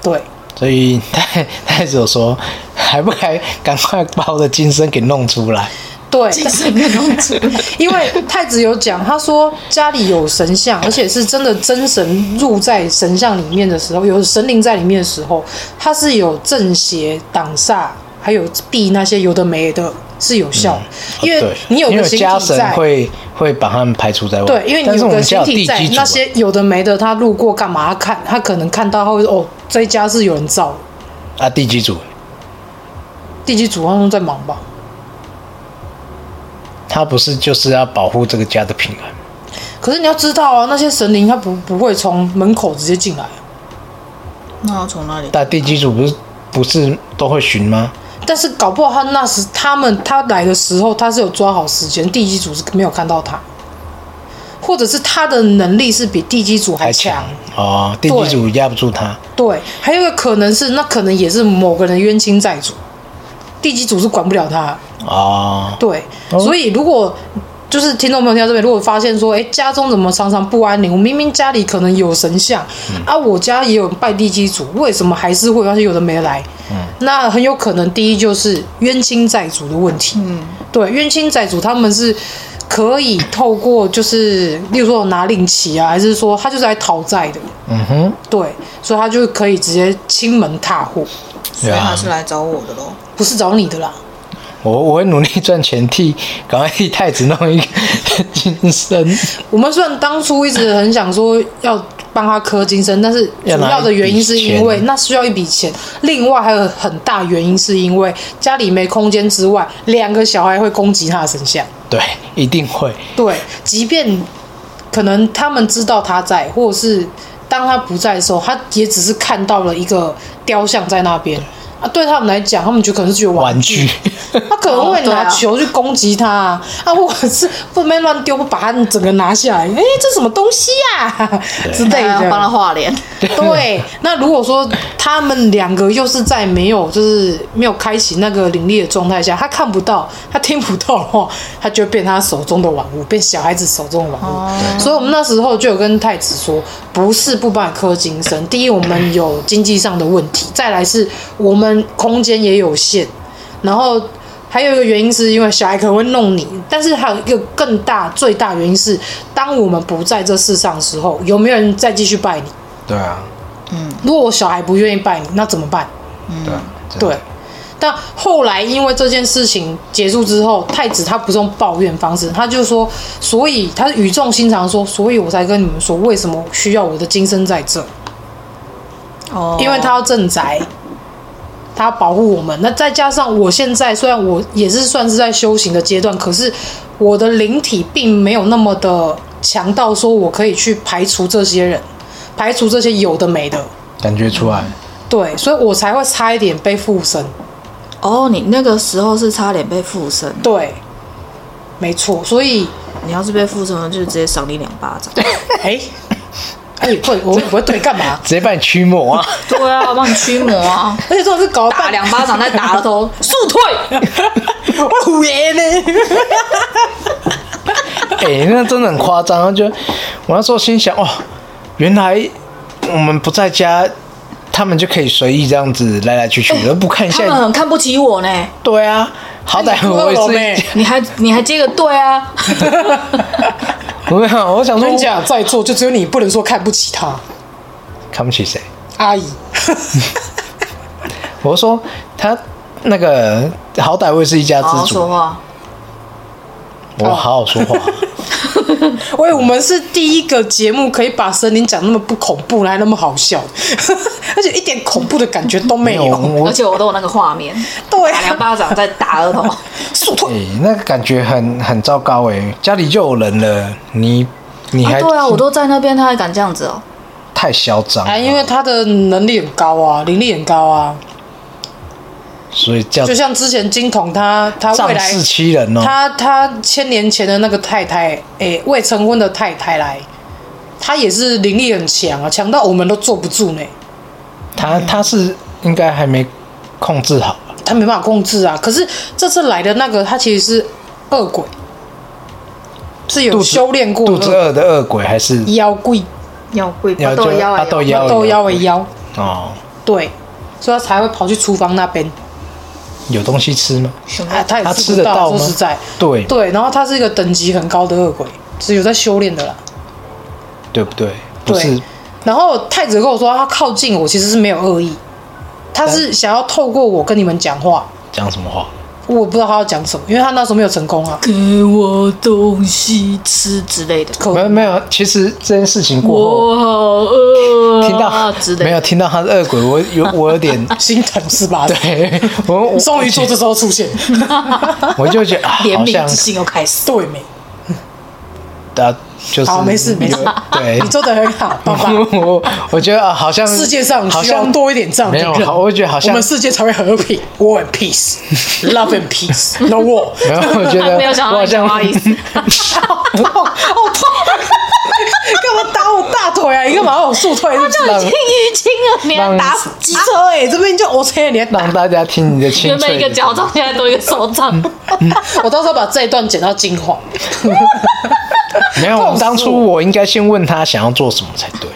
Speaker 2: 对，
Speaker 1: 所以他他也只有说，还不该赶快把我的金身给弄出来？
Speaker 2: 对，
Speaker 3: 是没弄出来。
Speaker 2: <laughs> 因为太子有讲，他说家里有神像，而且是真的真神入在神像里面的时候，有神灵在里面的时候，它是有正邪挡煞，还有避那些有的没的，是有效的。因为
Speaker 1: 嗯啊对
Speaker 2: 你有
Speaker 1: 因
Speaker 2: 个
Speaker 1: 为
Speaker 2: 形
Speaker 1: 家
Speaker 2: 体
Speaker 1: 神
Speaker 2: 在，
Speaker 1: 会会把他们排除在外。
Speaker 2: 对，因为
Speaker 1: 但
Speaker 2: 你
Speaker 1: 是
Speaker 2: 有
Speaker 1: 我
Speaker 2: 个
Speaker 1: 们家
Speaker 2: 形
Speaker 1: 有
Speaker 2: 体
Speaker 1: 地
Speaker 2: 在
Speaker 1: 基，主
Speaker 2: 那
Speaker 1: 啊，
Speaker 2: 些有的没的，他路过干嘛？他看他可能看到，他会说哦，这一家是有人造的，
Speaker 1: 啊地基主，
Speaker 2: 地基主好像在忙吧。
Speaker 1: 他不是就是要保护这个家的平安？
Speaker 2: 可是你要知道啊，那些神灵他不不会从门口直接进来啊，
Speaker 3: 那要从哪里？
Speaker 1: 但地基主不是不是都会巡吗？
Speaker 2: 但是搞不好他那时他们他来的时候，他是有抓好时间，地基组是没有看到他，或者是他的能力是比地基组还
Speaker 1: 还
Speaker 2: 强。
Speaker 1: 强哦，地基主压不住他，
Speaker 2: 对，还有一个可能是，那可能也是某个人冤亲债主，地基组是管不了他。
Speaker 1: 哦，
Speaker 2: 对，所以如果就是听众朋友听到这边，如果发现说，哎，家中怎么常常不安宁？我明明家里可能有神像、
Speaker 1: 嗯
Speaker 2: 啊，我家也有拜地基主，为什么还是会发现有人没来？
Speaker 1: 嗯
Speaker 2: 那很有可能第一就是冤亲债主的问题。嗯，对，冤亲债主他们是。可以透过就是，例如说我拿令旗啊，还是说他就是来讨债的，
Speaker 1: 嗯哼，
Speaker 2: 对，所以他就可以直接亲门踏户，
Speaker 3: 所以他是来找我的喽。
Speaker 2: 不是找你的啦。
Speaker 1: 我我会努力赚钱替赶快替太子弄一个金身，
Speaker 2: 我们虽然当初一直很想说要帮他磕金身，但是主
Speaker 1: 要拿
Speaker 2: 要的原因是因
Speaker 1: 一笔
Speaker 2: 为
Speaker 1: 钱
Speaker 2: 那需要一笔钱，另外还有很大原因是因为家里没空间之外，两个小孩会攻击他的神像。
Speaker 1: 对，一定会，
Speaker 2: 对，即便可能他们知道他在，或者是当他不在的时候，他也只是看到了一个雕像在那边啊。对他们来讲，他们就可能是觉得
Speaker 1: 玩具
Speaker 2: 具， <laughs> 他可能会
Speaker 3: 哦对
Speaker 2: 拿
Speaker 3: 啊
Speaker 2: 球去攻击他啊，啊或者是不能乱丢，不把他整个拿下来，哎、这什么东西呀、之类
Speaker 3: 还要帮他
Speaker 2: 的。
Speaker 3: 画脸，
Speaker 2: 对，那如果说他们两个又是在没有就是没有开启那个灵力的状态下，他看不到，他听不到的话，他就会变他手中的玩物，变小孩子手中的玩物。所以我们那时候就有跟太子说，不是不帮你磕金身，第一我们有经济上的问题，再来是我们空间也有限，然后还有一个原因是因为小孩可能会弄你，但是还有一个更大最大原因是，当我们不在这世上的时候，有没有人再继续拜你？
Speaker 1: 对啊，
Speaker 2: 如果我小孩不愿意拜你，那怎么办？
Speaker 1: 对啊，
Speaker 2: 对。但后来因为这件事情结束之后，太子他不是用抱怨方式，他就说，所以他语重心长地说，所以我才跟你们说，为什么需要我的金身在这，
Speaker 3: 哦
Speaker 2: 因为他要镇宅，他要保护我们。那再加上我现在虽然我也是算是在修行的阶段，可是我的灵体并没有那么的强到说我可以去排除这些人，排除这些有的没的，
Speaker 1: 感觉出来，
Speaker 2: 对，所以我才会差一点被附身。
Speaker 3: 哦，你那个时候是差点被附身，
Speaker 2: 对，没错，所以
Speaker 3: 你要是被附身了，就直接赏你两巴掌。
Speaker 2: 哎。哎、会我我对干嘛？
Speaker 1: 直接把你驱魔啊！
Speaker 3: 对啊，我帮你驱魔啊，
Speaker 2: 而且这种是搞
Speaker 3: 打
Speaker 2: 半
Speaker 3: 两巴掌再打了头，速退。
Speaker 2: <laughs> 我虎爷呢？
Speaker 1: 哎、那真的很夸张。就我那时候心想，哦，原来我们不在家，他们就可以随意这样子来来去去，都不看一
Speaker 3: 他
Speaker 1: 下。
Speaker 3: 们很看不起我呢，
Speaker 1: 对啊，好歹我
Speaker 2: 你不饿了
Speaker 1: 也
Speaker 2: 没
Speaker 1: 是。
Speaker 3: 你还你还接个对啊？
Speaker 1: 我 <laughs> 没有，我想说
Speaker 2: 我跟你，讲，在座就只有你不能说看不起他
Speaker 1: 看不起谁？
Speaker 2: 阿姨。
Speaker 1: 我说他那个好歹我也是一家
Speaker 3: 好好
Speaker 1: 之
Speaker 3: 说
Speaker 1: 主，
Speaker 3: 话，
Speaker 1: 我好好说话。
Speaker 2: 喂，我们是第一个节目可以把森林讲那么不恐怖，还那么好笑， <laughs> 而且一点恐怖的感觉都没
Speaker 1: 没有，
Speaker 2: 有。
Speaker 1: 我
Speaker 3: 而且我都有那个画面，
Speaker 2: 对
Speaker 3: 打两
Speaker 2: 啊，
Speaker 3: 巴掌再打额头。
Speaker 2: 速
Speaker 1: 哎、
Speaker 2: 退！
Speaker 1: 那个感觉很很糟糕哎、家里就有人了，你你还、嗯
Speaker 3: 啊对啊，我都在那边，他还敢这样子哦？
Speaker 1: 太嚣张了、
Speaker 2: 啊，因为他的能力很高啊，灵力很高啊，
Speaker 1: 所以叫
Speaker 2: 就像之前金童他他未
Speaker 1: 仗
Speaker 2: 来
Speaker 1: 势欺人哦。
Speaker 2: 他他千年前的那个太太，诶、未成婚的太太来，她也是灵力很强啊，强到我们都坐不住呢，
Speaker 1: 他他是应该还没控制好吧？
Speaker 2: 她没办法控制啊。可是这次来的那个，她其实是恶鬼，是有
Speaker 1: 肚子
Speaker 2: 修
Speaker 3: 哦
Speaker 2: 炼过
Speaker 1: 肚子
Speaker 2: 的
Speaker 1: 饿的恶鬼还是
Speaker 2: 妖怪，
Speaker 3: 要跪，
Speaker 1: 要
Speaker 3: 巴豆
Speaker 1: 就
Speaker 3: 腰啊
Speaker 1: 巴豆
Speaker 3: 腰。
Speaker 1: 妖
Speaker 2: 豆妖为妖，
Speaker 1: 哦？
Speaker 2: 对，所以她才会跑去厨房那边。
Speaker 1: 有东西吃吗？
Speaker 2: 啊，她也
Speaker 1: 他吃
Speaker 2: 不
Speaker 1: 得到
Speaker 2: 到，
Speaker 1: 吗
Speaker 2: 说实在，
Speaker 1: 对
Speaker 2: 对。然后她是一个等级很高的恶鬼，是有在修炼的啦。
Speaker 1: 对不对？不是
Speaker 2: 对，然后太子跟我说，他靠近我其实是没有恶意，他是想要透过我跟你们讲话。
Speaker 1: 讲什么话？
Speaker 2: 我不知道他要讲什么，因为他那时候没有成功啊。
Speaker 3: 给我东西吃之类的，
Speaker 2: 可
Speaker 1: 没有没有，其实这件事情过
Speaker 3: 我好饿
Speaker 1: 后，
Speaker 3: 啊
Speaker 1: 哦听到
Speaker 3: 之类
Speaker 1: 没有
Speaker 3: 的。
Speaker 1: 听到他是恶鬼，我有我有
Speaker 3: <laughs>
Speaker 1: 点，
Speaker 2: 心疼是吧？对，
Speaker 1: 对我我
Speaker 2: 双鱼座这时候出现，
Speaker 1: 我就觉得、啊、
Speaker 3: <laughs> 怜
Speaker 1: 好
Speaker 3: 悯
Speaker 1: 像
Speaker 3: 之心又开始，
Speaker 2: 对没？
Speaker 1: 啊，就是
Speaker 2: 好没事没事
Speaker 3: <laughs>
Speaker 1: 对
Speaker 2: 你，做的很
Speaker 1: <laughs>
Speaker 2: 好，爸爸。
Speaker 1: 我我觉得啊，好像
Speaker 2: 世界上
Speaker 1: 好
Speaker 2: 需要
Speaker 1: 像
Speaker 2: 多一点这样的
Speaker 1: 没有，
Speaker 2: 人，
Speaker 1: 好我觉得好
Speaker 2: 我
Speaker 1: 像
Speaker 2: 们世界才会和平。War and peace, love and peace, no war。
Speaker 1: 没有，我觉
Speaker 2: 啊
Speaker 1: 得
Speaker 3: <laughs> 没有想
Speaker 1: 我
Speaker 3: 到
Speaker 1: 好
Speaker 3: 你讲
Speaker 1: 像
Speaker 3: 话的意
Speaker 2: <laughs>
Speaker 3: 思。
Speaker 2: 干嘛打我大腿啊？你干嘛要我速退？是不是
Speaker 3: 已经淤青了，你还打
Speaker 2: 机车哎，这边就 O K，你还打
Speaker 1: 让大家听你的清
Speaker 3: 原本
Speaker 1: 脆
Speaker 3: 一个
Speaker 1: 的
Speaker 3: 脚掌，现在多一个手掌。
Speaker 2: 嗯我到时候把这一段剪到精华。 <laughs>
Speaker 1: 没
Speaker 2: 啊
Speaker 1: 有，当初我应该先问他想要做什么才对。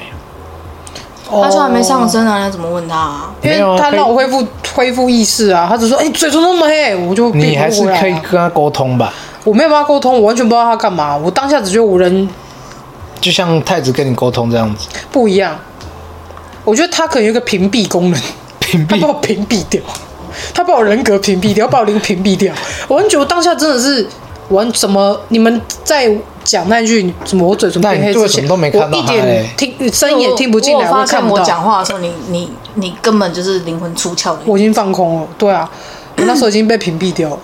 Speaker 3: <laughs> 他说还没上身啊，那怎么问他啊？
Speaker 2: 因
Speaker 1: 没有
Speaker 2: 为
Speaker 1: 啊
Speaker 2: 他
Speaker 1: 可以
Speaker 2: 让我恢复恢复意识啊，他只说哎、你嘴唇那么黑，我就变
Speaker 1: 你还是
Speaker 2: 过来啊
Speaker 1: 可以跟他沟通吧，
Speaker 2: 我没有办法沟通，我完全不知道他干嘛，我当下只觉得我人
Speaker 1: 就像太子跟你沟通这样子，
Speaker 2: 不一样，我觉得他可能有一个屏蔽功能，
Speaker 1: 屏
Speaker 2: 他把
Speaker 1: 蔽
Speaker 2: 我屏蔽掉，他把我人格屏蔽掉，把我灵屏蔽掉，我完全我当下真的是完怎么你们在。讲那句什么我嘴唇
Speaker 1: 那
Speaker 2: 变
Speaker 1: 你
Speaker 2: 黑
Speaker 1: 对
Speaker 2: 之
Speaker 1: 什
Speaker 2: 前，
Speaker 1: 么都没看
Speaker 2: 我
Speaker 1: 到
Speaker 2: 一
Speaker 1: 他
Speaker 2: 点
Speaker 1: 嘞
Speaker 2: 听声也听不进来，
Speaker 3: 我有
Speaker 2: 我
Speaker 3: 发
Speaker 2: 看
Speaker 3: 现
Speaker 2: 不
Speaker 3: 我
Speaker 2: 到。
Speaker 3: 讲话的时候，你你你根本就是灵魂出窍的。
Speaker 2: 我已经放空了，对啊，我那时候已经被屏蔽掉了，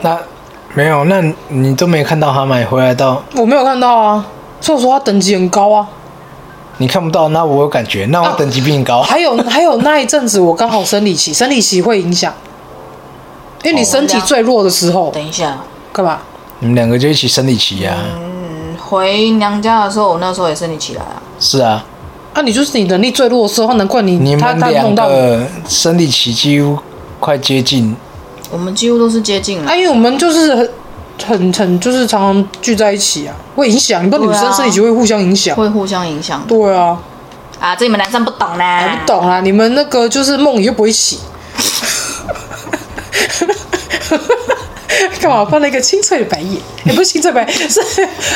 Speaker 1: 那没有，那你你都没看到他嘛？你回来到
Speaker 2: 我没有看到啊，所以我说他等级很高啊。
Speaker 1: 你看不到，那我有感觉，那我等级比你高。
Speaker 2: 啊还
Speaker 1: <laughs>
Speaker 2: 有还有那一阵子，我刚好生理期，生理期会影响，因
Speaker 1: 哦
Speaker 2: 为你身体最弱的时候，
Speaker 3: 等一下，
Speaker 2: 干嘛？
Speaker 1: 你们两个就一起生理期呀、啊？
Speaker 3: 回娘家的时候，我那时候也生理起来啊。
Speaker 1: 是啊，
Speaker 2: 啊，你就是你能力最弱的时候，难怪你
Speaker 1: 你
Speaker 2: 他
Speaker 1: 们
Speaker 2: 他
Speaker 1: 两
Speaker 2: 弄到你
Speaker 1: 个生理期几乎快接近，
Speaker 3: 我们几乎都是接近了
Speaker 2: 啊，。因为我们就是很很很就是常常聚在一起啊，会影响，你不知道女
Speaker 3: 对
Speaker 2: 生
Speaker 3: 啊
Speaker 2: 生理期会互相影响，
Speaker 3: 会互相影响的
Speaker 2: 对啊，
Speaker 3: 啊！这你们男生不懂
Speaker 2: 还
Speaker 3: 啦，
Speaker 2: 不懂啊，你们那个就是梦里又不会
Speaker 3: <laughs>
Speaker 2: 醒。干嘛翻了一个清脆的白眼？也不是清脆白，是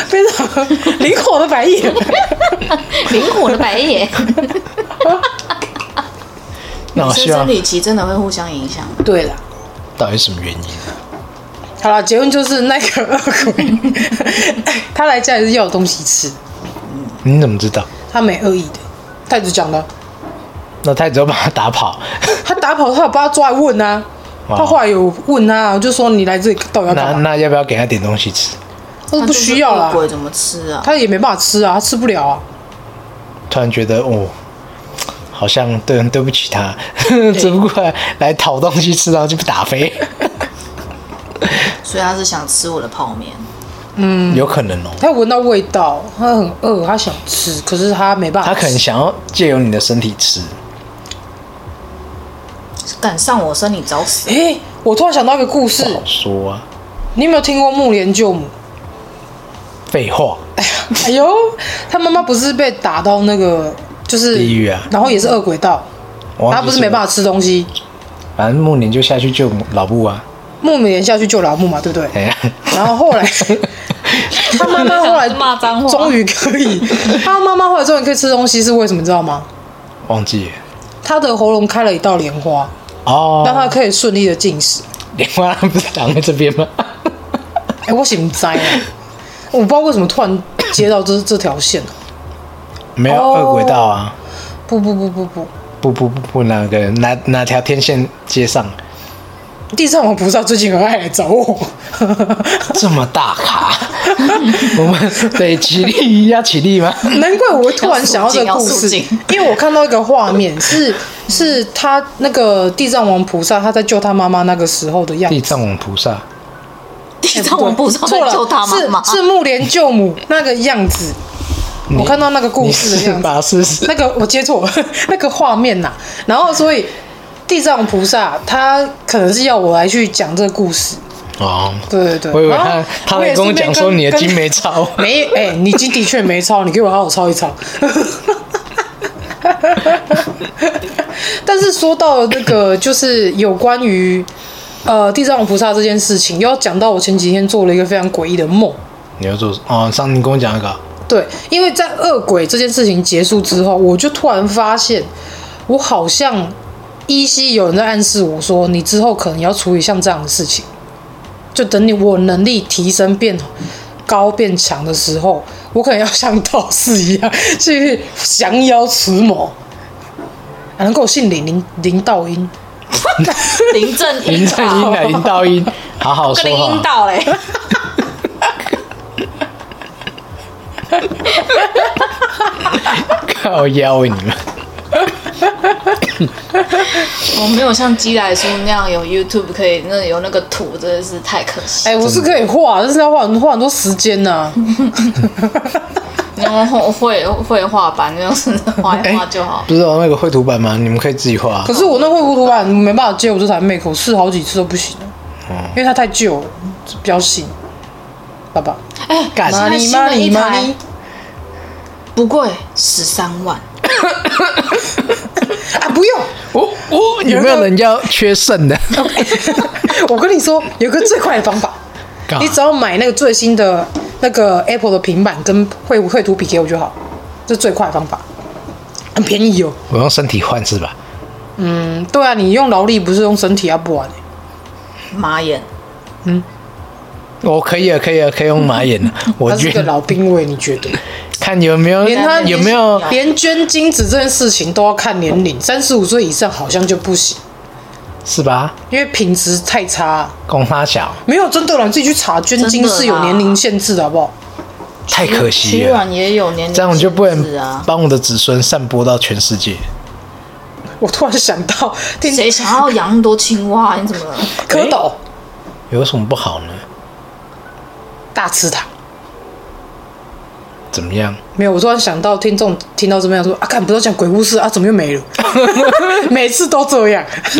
Speaker 2: 非常灵活的白
Speaker 3: <laughs>
Speaker 2: 眼。
Speaker 3: 灵活的
Speaker 2: <laughs>
Speaker 3: 白眼。
Speaker 1: 那我
Speaker 3: 所以
Speaker 1: 希望
Speaker 3: 生理期真的会互相影响。
Speaker 2: 对了，
Speaker 1: 到底是什么原因啊？
Speaker 2: 好了，结论就是那个恶鬼， <laughs> 他来家里是要有东西吃，
Speaker 1: 你怎么知道？
Speaker 2: 他没恶意的。太子讲的，
Speaker 1: 那太子要把他打跑，
Speaker 2: 他打跑他有把他抓来问啊。
Speaker 1: 哇
Speaker 2: 他后来有问他，我就说你来这里到底要
Speaker 1: 那
Speaker 2: 干嘛？
Speaker 1: 那要不要给他点东西吃？
Speaker 2: 他说不需要
Speaker 3: 那
Speaker 2: 啦
Speaker 3: 这个，鬼怎么吃啊？
Speaker 2: 他也没办法吃啊，他吃不了啊。
Speaker 1: 突然觉得哦，好像对对 <laughs> 不起他，只不过来讨东西吃，然后就被打飞。
Speaker 3: 所以他是想吃我的泡面。
Speaker 2: 嗯
Speaker 1: 有可能哦。
Speaker 2: 他闻到味道，他很饿，他想吃，可是他没办法
Speaker 1: 他
Speaker 2: 吃。
Speaker 1: 可能想要借由你的身体吃，
Speaker 3: 敢上我身，你找死！
Speaker 2: 诶、我突然想到一个故事，
Speaker 1: 好说啊，
Speaker 2: 你有没有听过木莲救母？
Speaker 1: 废话，
Speaker 2: 哎呦，他妈妈不是被打到那个就是
Speaker 1: 地狱啊
Speaker 2: 然后也是恶鬼道，
Speaker 1: 我忘记
Speaker 2: 他不是没办法吃东西，
Speaker 1: 是，反正木莲就下去救老布啊， <laughs>
Speaker 2: 木莲下去救老木嘛，对不对？
Speaker 1: 哎呀，
Speaker 2: 然后后
Speaker 1: <laughs>
Speaker 2: 来他妈妈后来
Speaker 3: 想骂脏话
Speaker 2: 终于可以，
Speaker 1: <laughs>
Speaker 2: 他妈妈后来终于可以吃东西，是为什么你知道吗？
Speaker 1: 忘记了
Speaker 2: 他的喉咙开了一道莲花，让
Speaker 1: 哦，
Speaker 2: 他可以顺利的进食。
Speaker 1: 莲花不是挡在这边
Speaker 2: 哦
Speaker 1: 吗？
Speaker 2: 哎、我醒栽
Speaker 3: <laughs>
Speaker 2: 了，我不知道为什么突然接到这这条线、啊
Speaker 1: 没有
Speaker 2: 哦
Speaker 1: 二轨道啊，
Speaker 2: 不不不不不，
Speaker 1: 不不不不，哪个哪哪条天线接上？
Speaker 2: 地藏王菩萨最近很爱来找我， <laughs>
Speaker 1: 这么大卡，我们得起立要起立吗？
Speaker 2: 难怪我会突然想到这个故事
Speaker 3: 要肃静要肃，
Speaker 2: 因为我看到一个画面是是他那个地藏王菩萨他在救他妈妈那个时候的样
Speaker 1: 地
Speaker 2: 子。
Speaker 1: 藏王菩萨，
Speaker 3: 地藏王菩萨在
Speaker 2: 错了，
Speaker 3: 救他妈妈，
Speaker 2: 是是木莲救母那个样子，我看到那个故
Speaker 1: 你
Speaker 2: 事的
Speaker 1: 是
Speaker 2: 样子，
Speaker 1: 吧？是是，
Speaker 2: <laughs> 那个我接错了那个画面呐、然后所以地藏菩萨他可能是要我来去讲这个故事，
Speaker 1: 哦，
Speaker 2: 对对对，
Speaker 1: 我以为
Speaker 2: 然后
Speaker 1: 他他
Speaker 2: 我也
Speaker 1: 来跟我
Speaker 2: 顺便
Speaker 1: 讲说你的
Speaker 2: 跟
Speaker 1: 经没抄，
Speaker 2: 没哎、你经的确没抄，你给我好好抄一抄。 <laughs> 但是说到那个，就是有关于呃地藏王菩萨这件事情，又要讲到我前几天做了一个非常诡异的梦。
Speaker 1: 你要做哦，上你跟我讲那个，
Speaker 2: 对，因为在恶鬼这件事情结束之后，我就突然发现，我好像依稀有人在暗示我说，你之后可能要处理像这样的事情，就等你我能力提升变高变强的时候，我可能要像道士一样去降妖除魔。啊能够信灵灵灵道音，
Speaker 3: 林正英，哦
Speaker 1: 林正英的林道英，好好
Speaker 3: 跟
Speaker 1: 说
Speaker 3: 林英
Speaker 1: 话，
Speaker 3: 道嘞，
Speaker 1: <laughs> 靠腰你们，
Speaker 3: 我没有像鸡来叔那样有 YouTube 可以，那有那个图真的是太可惜。
Speaker 2: 哎、我是可以画，但是要花很花很多时间啊呐、
Speaker 3: 然后绘绘画版，那种真的画
Speaker 2: 哎
Speaker 3: 一画就好。
Speaker 1: 不是有那个绘图板吗？你们可以自己画
Speaker 2: 可，是我那绘图板没办法接我这台 Mac，我试好几次都不行，
Speaker 1: 哦
Speaker 2: 因为它太旧了，比较新。爸爸，
Speaker 3: 哎，
Speaker 1: 干
Speaker 3: 现在
Speaker 2: 你
Speaker 3: 新
Speaker 2: 妈
Speaker 3: 的
Speaker 2: 你
Speaker 3: 一
Speaker 2: 妈
Speaker 3: 台
Speaker 2: 你，
Speaker 3: 不贵，十三万。
Speaker 2: 啊！不
Speaker 3: <laughs>
Speaker 2: 用，
Speaker 1: 哦哦，有没有人要缺肾的？
Speaker 2: 我跟你说，有个最快的
Speaker 1: <laughs>
Speaker 2: 方法，
Speaker 1: 干
Speaker 2: 你只要买那个最新的那个 Apple 的平板跟绘绘图笔给我就好，这是最快的方法，很便宜哦。
Speaker 1: 我用身体换是吧？
Speaker 2: 嗯，对啊，你用劳力不是用身体啊，不然、欸、
Speaker 3: 马眼，
Speaker 1: 我可以啊，可以啊，可以用马眼了。我
Speaker 2: 他是
Speaker 1: 觉
Speaker 2: 个
Speaker 1: 得
Speaker 2: 老兵卫，你觉得？
Speaker 1: 看有没有
Speaker 2: 连他
Speaker 1: 有没有
Speaker 2: 连捐精子这件事情都要看年龄，三十五岁以上好像就不行。
Speaker 1: 是吧？
Speaker 2: 因为品质太差、
Speaker 1: 供他小，
Speaker 2: 没有真的啦，你自己去查，捐精是有年龄限制的，好不好？
Speaker 1: 太可惜
Speaker 3: 取
Speaker 1: 了。
Speaker 3: 卵也有年龄
Speaker 1: 这样我就不
Speaker 3: 限制
Speaker 1: 能
Speaker 3: 啊。
Speaker 1: 帮我的子孙散播到全世界。
Speaker 2: 我突然想到，听
Speaker 3: 谁想要养那么多青蛙？你怎么？
Speaker 2: 蝌蚪、
Speaker 1: 有什么不好呢？
Speaker 2: 大池塘？
Speaker 1: 怎么样？
Speaker 2: <laughs> 没有，我突然想到，听众听到这边说啊，看不要讲鬼故事啊，怎么又没了？ <laughs> 每次都这样。 <laughs>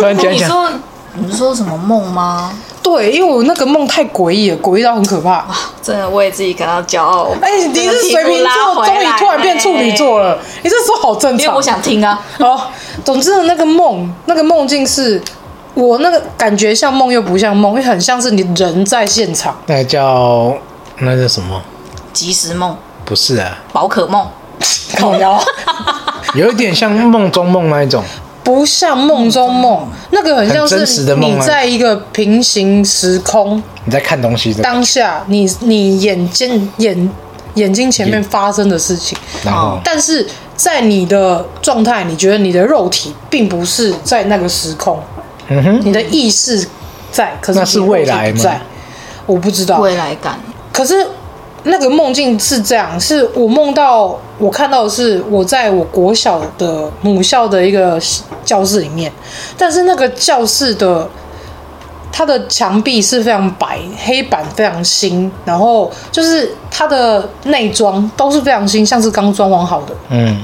Speaker 1: 突然讲
Speaker 3: 你
Speaker 1: 讲，
Speaker 3: 说你说什么梦吗？
Speaker 2: 对，因为我那个梦太诡异了，诡异到很可怕。
Speaker 3: 真的为自己感到骄傲。
Speaker 2: 哎、你
Speaker 3: 这个
Speaker 2: 是
Speaker 3: 题
Speaker 2: 水
Speaker 3: 目
Speaker 2: 瓶
Speaker 3: 拉
Speaker 2: 座，
Speaker 3: 回
Speaker 2: 终于
Speaker 3: 来
Speaker 2: 突然变处女座了，你这说好正
Speaker 3: 因为
Speaker 2: 常。
Speaker 3: 我想听啊。
Speaker 2: 哦，总之呢，那个梦，那个梦境是我那个感觉像梦又不像梦，因为很像是你人在现场。
Speaker 1: 那个叫那叫什么？
Speaker 3: 即时梦、
Speaker 1: 不是啊，
Speaker 3: 宝可梦，
Speaker 2: 烤窑，
Speaker 1: 有一点像梦中梦那一种，
Speaker 2: 不像梦中梦，那个很像
Speaker 1: 嗯很真实
Speaker 2: 是
Speaker 1: 的梦啊
Speaker 2: 你在一个平行时空
Speaker 1: 你在看东西的，
Speaker 2: 当下，你你眼睛眼眼睛前面发生的事情，
Speaker 1: 然后
Speaker 2: 但是在你的状态，你觉得你的肉体并不是在那个时空，
Speaker 1: 嗯哼，
Speaker 2: 你的意识在，可是
Speaker 1: 那是
Speaker 2: 你的肉体
Speaker 1: 未来
Speaker 2: 不
Speaker 1: 吗
Speaker 2: 在，我不知道，
Speaker 3: 未来感。
Speaker 2: 可是那个梦境是这样，是我梦到我看到的是我在我国小的母校的一个教室里面，但是那个教室的它的墙壁是非常白，黑板非常新，然后就是它的内装都是非常新，像是刚装潢好的，
Speaker 1: 嗯，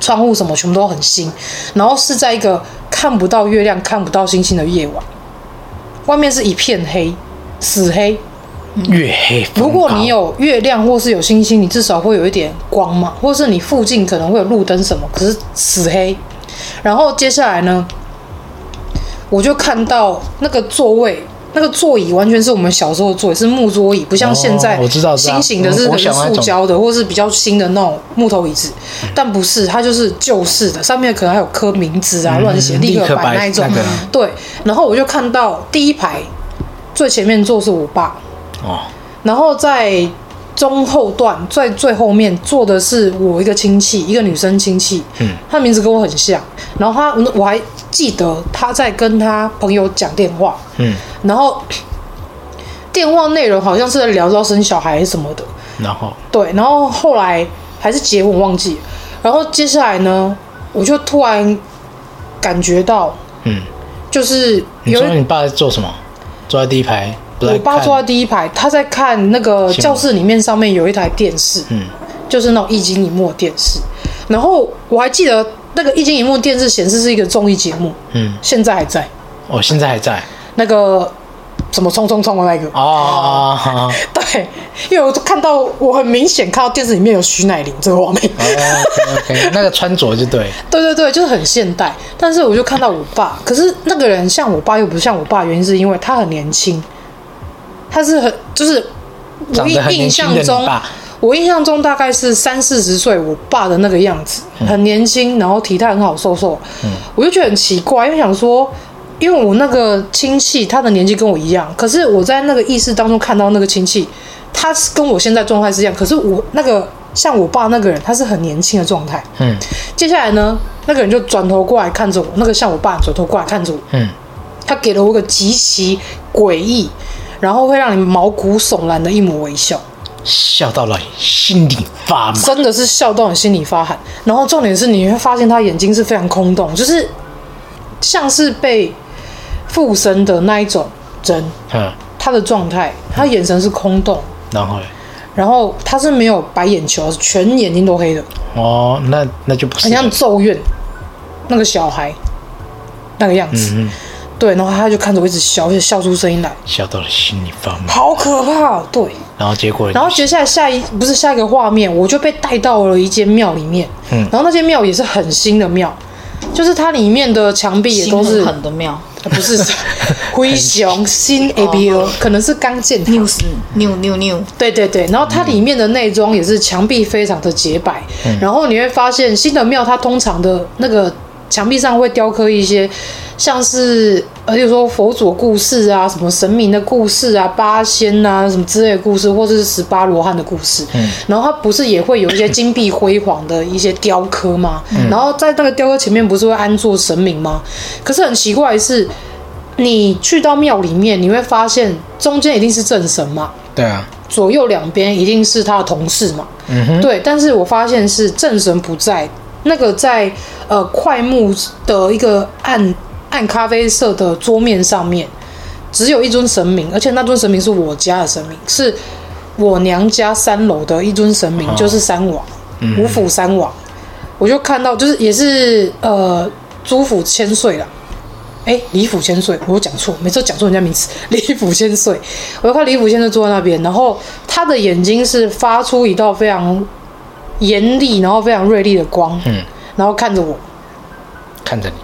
Speaker 2: 窗户什么全部都很新，然后是在一个看不到月亮、看不到星星的夜晚，外面是一片黑，死黑。
Speaker 1: 月黑风
Speaker 2: 如果你
Speaker 1: 高
Speaker 2: 有月亮或是有星星，你至少会有一点光嘛，或是你附近可能会有路灯什么，可是死黑。然后接下来呢，我就看到那个座位。那个座椅完全是我们小时候的座椅，是木桌椅，不像现在
Speaker 1: 哦我知道知道嗯
Speaker 2: 新型的是
Speaker 1: 我
Speaker 2: 可
Speaker 1: 我想
Speaker 2: 能
Speaker 1: 那
Speaker 2: 塑
Speaker 1: 种
Speaker 2: 胶的，或是比较新的那种木头椅子，但不是，它就是旧式的，上面可能还有刻名字啊，乱写
Speaker 1: 嗯
Speaker 2: 立
Speaker 1: 立
Speaker 2: 刻
Speaker 1: 刻
Speaker 2: 摆
Speaker 1: 摆
Speaker 2: 那一种
Speaker 1: 那个啊。
Speaker 2: 对，然后我就看到第一排最前面坐是我爸，
Speaker 1: 哦，
Speaker 2: 然后在中后段最最后面坐的是我一个亲戚，一个女生亲戚，嗯，她名字跟我很像，然后她我还记得她在跟她朋友讲电话，
Speaker 1: 嗯，
Speaker 2: 然后 <coughs> 电话内容好像是在聊到生小孩什么的，
Speaker 1: 然后
Speaker 2: 对，然后后来还是结婚忘记了，然后接下来呢，我就突然感觉到
Speaker 1: 嗯，
Speaker 2: 就是
Speaker 1: 你
Speaker 2: 有
Speaker 1: 说你爸在做什么？坐在第一排，不
Speaker 2: 我
Speaker 1: 在
Speaker 2: 爸
Speaker 1: 看
Speaker 2: 坐在第一排，他在看那个
Speaker 1: 新闻
Speaker 2: 教室里面上面有一台电视，
Speaker 1: 嗯，
Speaker 2: 就是那种一晶一幕的电视。然后我还记得那个一晶一幕电视显示是一个综艺节目，
Speaker 1: 嗯，
Speaker 2: 现在还在
Speaker 1: 哦，现在还在
Speaker 2: 那个什么冲冲冲的那个。
Speaker 1: 哦，好好好
Speaker 2: <laughs> 对，因为我看到我很明显看到电视里面有徐乃麟这个画面，
Speaker 1: OK OK，那个穿着就对，
Speaker 2: 对对对，就是很现代。但是我就看到我爸，可是那个人像我爸又不像我爸，原因是因为他很年轻，他是很就是我
Speaker 1: 长得
Speaker 2: 印
Speaker 1: 很年
Speaker 2: 印
Speaker 1: 轻的
Speaker 2: 象中
Speaker 1: 你爸，
Speaker 2: 我印象中大概是三四十岁，我爸的那个样子，很年轻，然后体态很好，瘦瘦。我就觉得很奇怪，因为想说，因为我那个亲戚他的年纪跟我一样，可是我在那个意识当中看到那个亲戚，他是跟我现在状态是一样，可是我那个像我爸那个人，他是很年轻的状态。
Speaker 1: 嗯
Speaker 2: 接下来呢，那个人就转头过来看着我，那个像我爸转头过来看着我，
Speaker 1: 嗯，
Speaker 2: 他给了我一个极其诡异，然后会让你毛骨悚然的一抹微笑。
Speaker 1: 笑到了心里发麻，
Speaker 2: 真的是笑到你心里发寒。然后重点是，你会发现他眼睛是非常空洞，就是像是被附身的那一种人，
Speaker 1: 嗯，
Speaker 2: 他的状态，他眼神是空洞，
Speaker 1: 然后嘞，
Speaker 2: 然后他是没有白眼球，全眼睛都黑的，
Speaker 1: 哦，那那就不是
Speaker 2: 很像咒怨那个小孩那个样子。
Speaker 1: 嗯嗯
Speaker 2: 对，然后他就看着我一直笑，而且笑出声音来，
Speaker 1: 笑到了心里发麻，
Speaker 2: 好可怕、哦。对，
Speaker 1: 然后结果
Speaker 2: 然后接下来下一不是下一个画面，我就被带到了一间庙里面，
Speaker 1: 嗯
Speaker 2: 然后那间庙也是很新的庙，就是它里面的墙壁也
Speaker 3: 心
Speaker 2: 都是
Speaker 3: 很狠的庙
Speaker 2: 呃
Speaker 1: <laughs>
Speaker 2: 不是灰熊
Speaker 1: 哦
Speaker 2: 新 A B O，可能是刚建的。
Speaker 3: ，news new new new，
Speaker 2: 对对对，然后它里面的内装也是墙壁非常的洁白，然后你会发现新的庙它通常的那个墙壁上会雕刻一些像是呃，例如说佛祖故事啊、什么神明的故事啊、八仙啊什么之类的故事，或者是十八罗汉的故事。然后它不是也会有一些金碧辉煌的一些雕刻吗？然后在那个雕刻前面不是会安坐神明吗？可是很奇怪的是。你去到庙里面，你会发现中间一定是正神嘛，
Speaker 1: 对啊，
Speaker 2: 左右两边一定是他的同事嘛。
Speaker 1: 嗯哼，
Speaker 2: 对，但是我发现是正神不在，那个在呃快木的一个暗暗咖啡色的桌面上面，只有一尊神明，而且那尊神明是我家的神明，是我娘家三楼的一尊神
Speaker 1: 哦
Speaker 2: 明，就是三王，
Speaker 1: 嗯
Speaker 2: 五府三王。我就看到，就是也是呃朱府千岁啦。哎，李府千岁，我讲错，每次都讲错人家名字。李府千岁，我就看李府千岁坐在那边，然后他的眼睛是发出一道非常严厉，然后非常锐利的光，
Speaker 1: 嗯，
Speaker 2: 然后看着我，
Speaker 1: 看着你，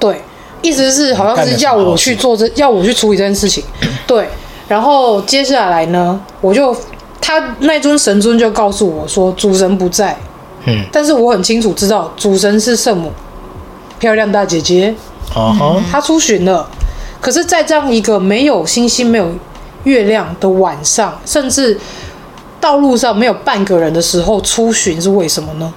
Speaker 2: 对，意思是好像
Speaker 1: 干
Speaker 2: 是
Speaker 1: 了什
Speaker 2: 要
Speaker 1: 么
Speaker 2: 我
Speaker 1: 好
Speaker 2: 去
Speaker 1: 事
Speaker 2: 做这，要我去处理这件
Speaker 1: <clears throat>
Speaker 2: 事情，对。然后接下来呢，我就他那尊神尊就告诉我说，主神不在，
Speaker 1: 嗯，
Speaker 2: 但是我很清楚知道主神是圣母，漂亮大姐姐，
Speaker 1: 哦吼，
Speaker 2: 他出巡了，可是，在这样一个没有星星、没有月亮的晚上，甚至道路上没有半个人的时候出巡是为什么呢？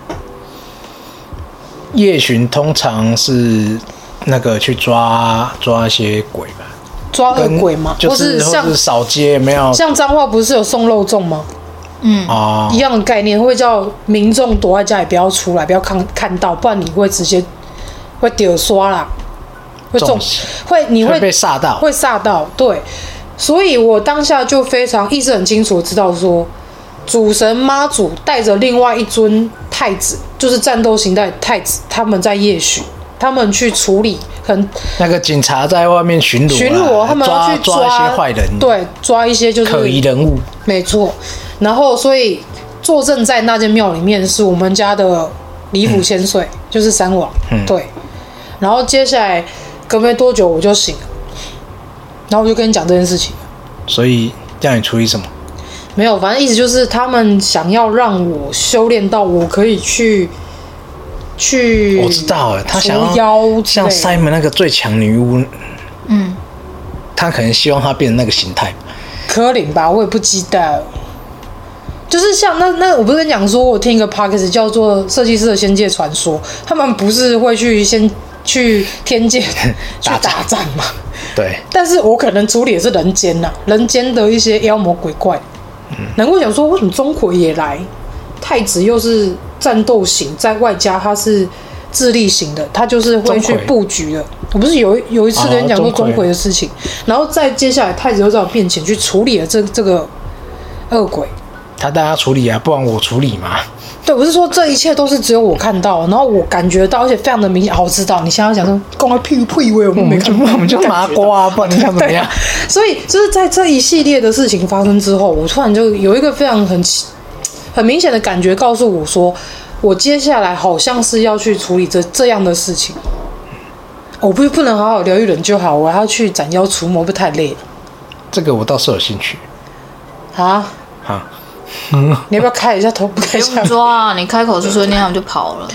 Speaker 1: 夜巡通常是那个去抓抓一些鬼吧，
Speaker 2: 抓恶
Speaker 1: 跟
Speaker 2: 鬼吗？
Speaker 1: 就
Speaker 2: 或是
Speaker 1: 是
Speaker 2: 像
Speaker 1: 或是扫街有没有
Speaker 2: 像彰化不是有送肉粽吗？
Speaker 1: 哦
Speaker 2: 一，样的概念，会叫民众躲在家里不要出来，不要看看到，不然你会直接会丢刷啦。会中
Speaker 1: 中邪，
Speaker 2: 会你会
Speaker 1: 会被煞到
Speaker 2: 会煞到，对。所以我当下就非常意识很清楚，知道说主神妈祖带着另外一尊太子，就是战斗形态太子，他们在夜巡，他们去处理很
Speaker 1: 那个警察在外面巡逻啊，
Speaker 2: 巡逻，他们要
Speaker 1: 抓
Speaker 2: 去
Speaker 1: 抓一些坏人，，
Speaker 2: 对，抓一些就是
Speaker 1: 可疑人物，
Speaker 2: 没错，然后所以坐镇在那间庙里面是我们家的李府千岁，就是三王，
Speaker 1: 嗯
Speaker 2: 对。然后接下来隔没多久我就醒了，然后我就跟你讲这件事情，
Speaker 1: 所以叫你处理什么？
Speaker 2: 没有，反正意思就是他们想要让我修炼到我可以去去，
Speaker 1: 哦我知道了，他想
Speaker 2: 除
Speaker 1: 要
Speaker 2: 妖
Speaker 1: 像
Speaker 2: 之类的
Speaker 1: Simon 那个最强女巫，
Speaker 3: 嗯，
Speaker 1: 他可能希望她变成那个形态。
Speaker 2: 柯林吧，我也不记得。就是像那那，我不是跟你讲说，我听一个 podcast 叫做《设计师的仙界传说》，他们不是会去先去
Speaker 1: <laughs>
Speaker 2: 天界去
Speaker 1: 打仗
Speaker 2: 打仗吗？
Speaker 1: 对，
Speaker 2: 但是我可能处理的是人间呐、人间的一些妖魔鬼怪。难怪想说，为什么钟馗也来？太子又是战斗型，在外加他是智力型的，他就是会去
Speaker 1: 钟馗
Speaker 2: 布局的。我不是有一有一次跟你讲过
Speaker 1: 啊钟
Speaker 2: 钟
Speaker 1: 馗
Speaker 2: 馗的事情，然后再接下来太子又在我面前去处理了这这个恶鬼。
Speaker 1: 他带他处理啊，不然我处理嘛。
Speaker 2: 对，我是说这一切都是只有我看到，然后我感觉到，而且非常的明显。好，我知道你现在要讲说，公开屁股以为我们
Speaker 1: 我们嗯
Speaker 2: 没
Speaker 1: 就
Speaker 2: 看到，
Speaker 1: 我们
Speaker 2: <laughs>
Speaker 1: 就麻瓜、啊，不然你想怎么样？
Speaker 2: 所以就是在这一系列的事情发生之后，我突然就有一个非常很奇很明显的感觉，告诉我说，我接下来好像是要去处理这这样的事情。我不不能好好疗愈人就好，我还要去斩妖除魔，会不会太累了
Speaker 1: 这个我倒是有兴趣
Speaker 2: 啊？ <laughs>
Speaker 1: 啊。
Speaker 2: 你要不要开一下头？不
Speaker 3: 不
Speaker 2: 开一下
Speaker 3: 用
Speaker 2: 头？
Speaker 3: 抓啊，你开口碎碎念，他们就跑了。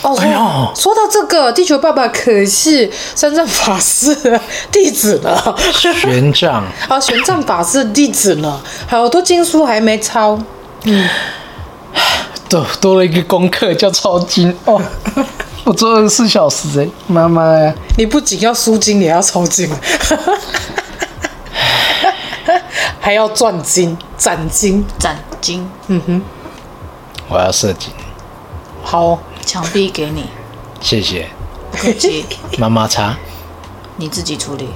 Speaker 2: 哦，说
Speaker 1: 哎呦
Speaker 2: 说到这个，地球爸爸可是三藏法师的弟子呢，
Speaker 1: 玄奘，
Speaker 2: 啊，玄奘法师的弟子呢，好多经书还没抄。
Speaker 1: 多多了一个功课叫抄经哦。我做二十四小时哎、妈妈呀！
Speaker 2: 你不仅要输金，也要抽 <laughs> 筋，还要赚金、攒金。
Speaker 3: 斩金
Speaker 1: 我要射精，
Speaker 2: 好，
Speaker 3: 墙壁给你，
Speaker 1: 谢谢
Speaker 3: 不可以接，
Speaker 1: 妈妈擦，
Speaker 3: 你自己处理。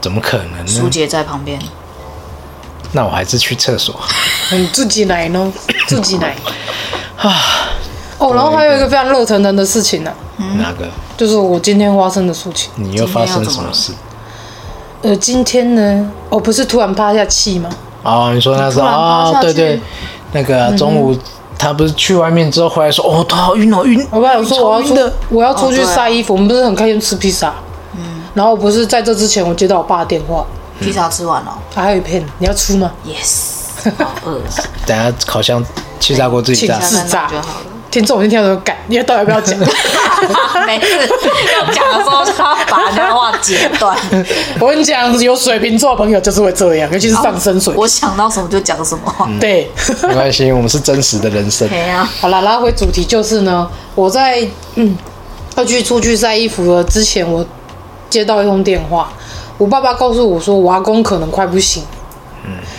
Speaker 1: 怎么可能
Speaker 3: 苏
Speaker 1: 呢？
Speaker 3: 姐在旁边，
Speaker 1: 那我还是去厕所。
Speaker 2: 你自己来呢，自己 <coughs> 来。哦，然后还有一个非常热腾腾的事情呢、啊
Speaker 1: 那个？
Speaker 2: 就是我今天发生的事情。
Speaker 1: 你又发生什么事？
Speaker 2: 呃，今天呢，我不是突然趴下气吗？
Speaker 1: 哦，你说那时候
Speaker 3: 突然趴
Speaker 1: 哦
Speaker 3: 下，去
Speaker 1: 对对，那
Speaker 2: 嗯
Speaker 1: 个中午他不是去外面之后回来说，哦，头好晕哦，晕。
Speaker 2: 我爸有说我要
Speaker 1: 超晕
Speaker 2: 出
Speaker 1: 的，
Speaker 2: 我要出
Speaker 3: 哦
Speaker 2: 去
Speaker 3: 对啊
Speaker 2: 晒衣服，我们不是很开心吃披萨。然后我不是在这之前，我接到我爸的电话，啊
Speaker 3: 披萨吃完了
Speaker 2: 还有一片，你要出吗？
Speaker 3: ，yes，好饿，
Speaker 1: 等下烤箱气炸锅自己炸
Speaker 2: 请。自
Speaker 3: 下班
Speaker 2: 炸
Speaker 3: 就好了。
Speaker 2: 听众我就听到说，干，你到底要不要 <laughs> 讲？
Speaker 3: 每次要讲的时候，他把人家话截断。
Speaker 2: <laughs> 我跟你讲，有水瓶座的朋友就是会这样，尤其是上升水。
Speaker 3: 哦我想到什么就讲什么话。
Speaker 2: 对，
Speaker 1: 没关系，我们是真实的人生。
Speaker 3: 对呀，
Speaker 2: 好啦，拉回主题就是呢，我在嗯要去出去晒衣服了之前，我接到一通电话，我爸爸告诉我说，我阿公可能快不行，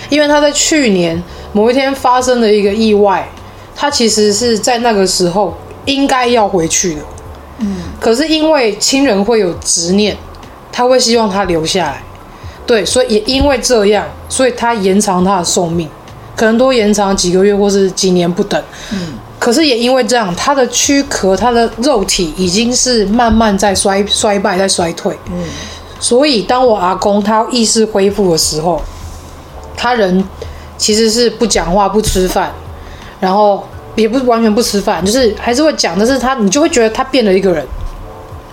Speaker 2: 因为他在去年某一天发生了一个意外，他其实是在那个时候应该要回去的，嗯，可是因为亲人会有执念，他会希望他留下来，对，所以也因为这样，所以他延长他的寿命，可能多延长几个月或是几年不等，嗯，可是也因为这样，他的躯壳、他的肉体已经是慢慢在衰衰败、在衰退，嗯，所以当我阿公他意识恢复的时候，他人其实是不讲话、不吃饭，然后也不完全不吃饭，就是还是会讲，但是他你就会觉得他变了一个人。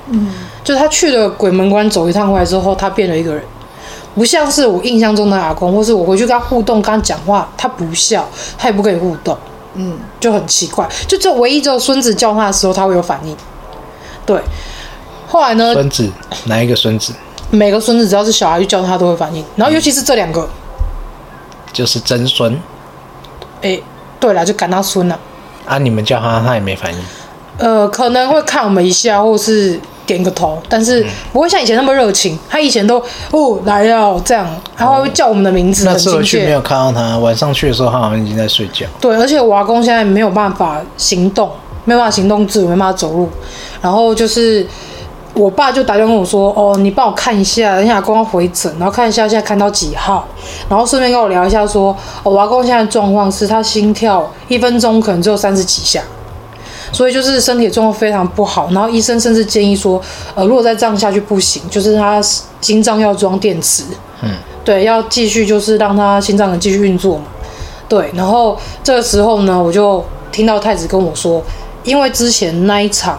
Speaker 2: 嗯，就是他去了鬼门关走一趟回来之后，他变了一个人，不像是我印象中的阿公，或是我回去跟他互动、跟他讲话，他不笑，他也不跟你互动，嗯，就很奇怪。就这唯一只有孙子叫他的时候，他会有反应。对，后来呢，
Speaker 1: 孙子，哪一个孙子？
Speaker 2: 每个孙子只要是小孩去叫他，都会反应。
Speaker 1: 嗯
Speaker 2: 然后尤其是这两个，
Speaker 1: 就是曾孙
Speaker 2: 哎、对了，就赶他孙了、
Speaker 1: 啊！你们叫他，他也没反应。
Speaker 2: 呃，可能会看我们一下，或是点个头，但是
Speaker 1: 嗯
Speaker 2: 不会像以前那么热情。他以前都哦来了这样，他会叫我们的名字，
Speaker 1: 哦那
Speaker 2: 很
Speaker 1: 次
Speaker 2: 亲
Speaker 1: 回去没
Speaker 2: 切
Speaker 1: 有。看到他，晚上去的时候他好像已经在睡觉。
Speaker 2: 对，而且我阿公现在没有办法行动，没有办法行动自如，没办法走路，然后就是我爸就打电话跟我说：“哦，你帮我看一下，你阿公要回诊，然后看一下现在看到几号，然后顺便跟我聊一下说，哦，我阿公现在的状况是他心跳一分钟可能只有三十几下，所以就是身体状况非常不好。然后医生甚至建议说，呃，如果再这样下去不行，就是他心脏要装电池，嗯，对，要继续就是让他心脏能继续运作嘛，对。然后这个时候呢，我就听到太子跟我说，因为之前那一场。”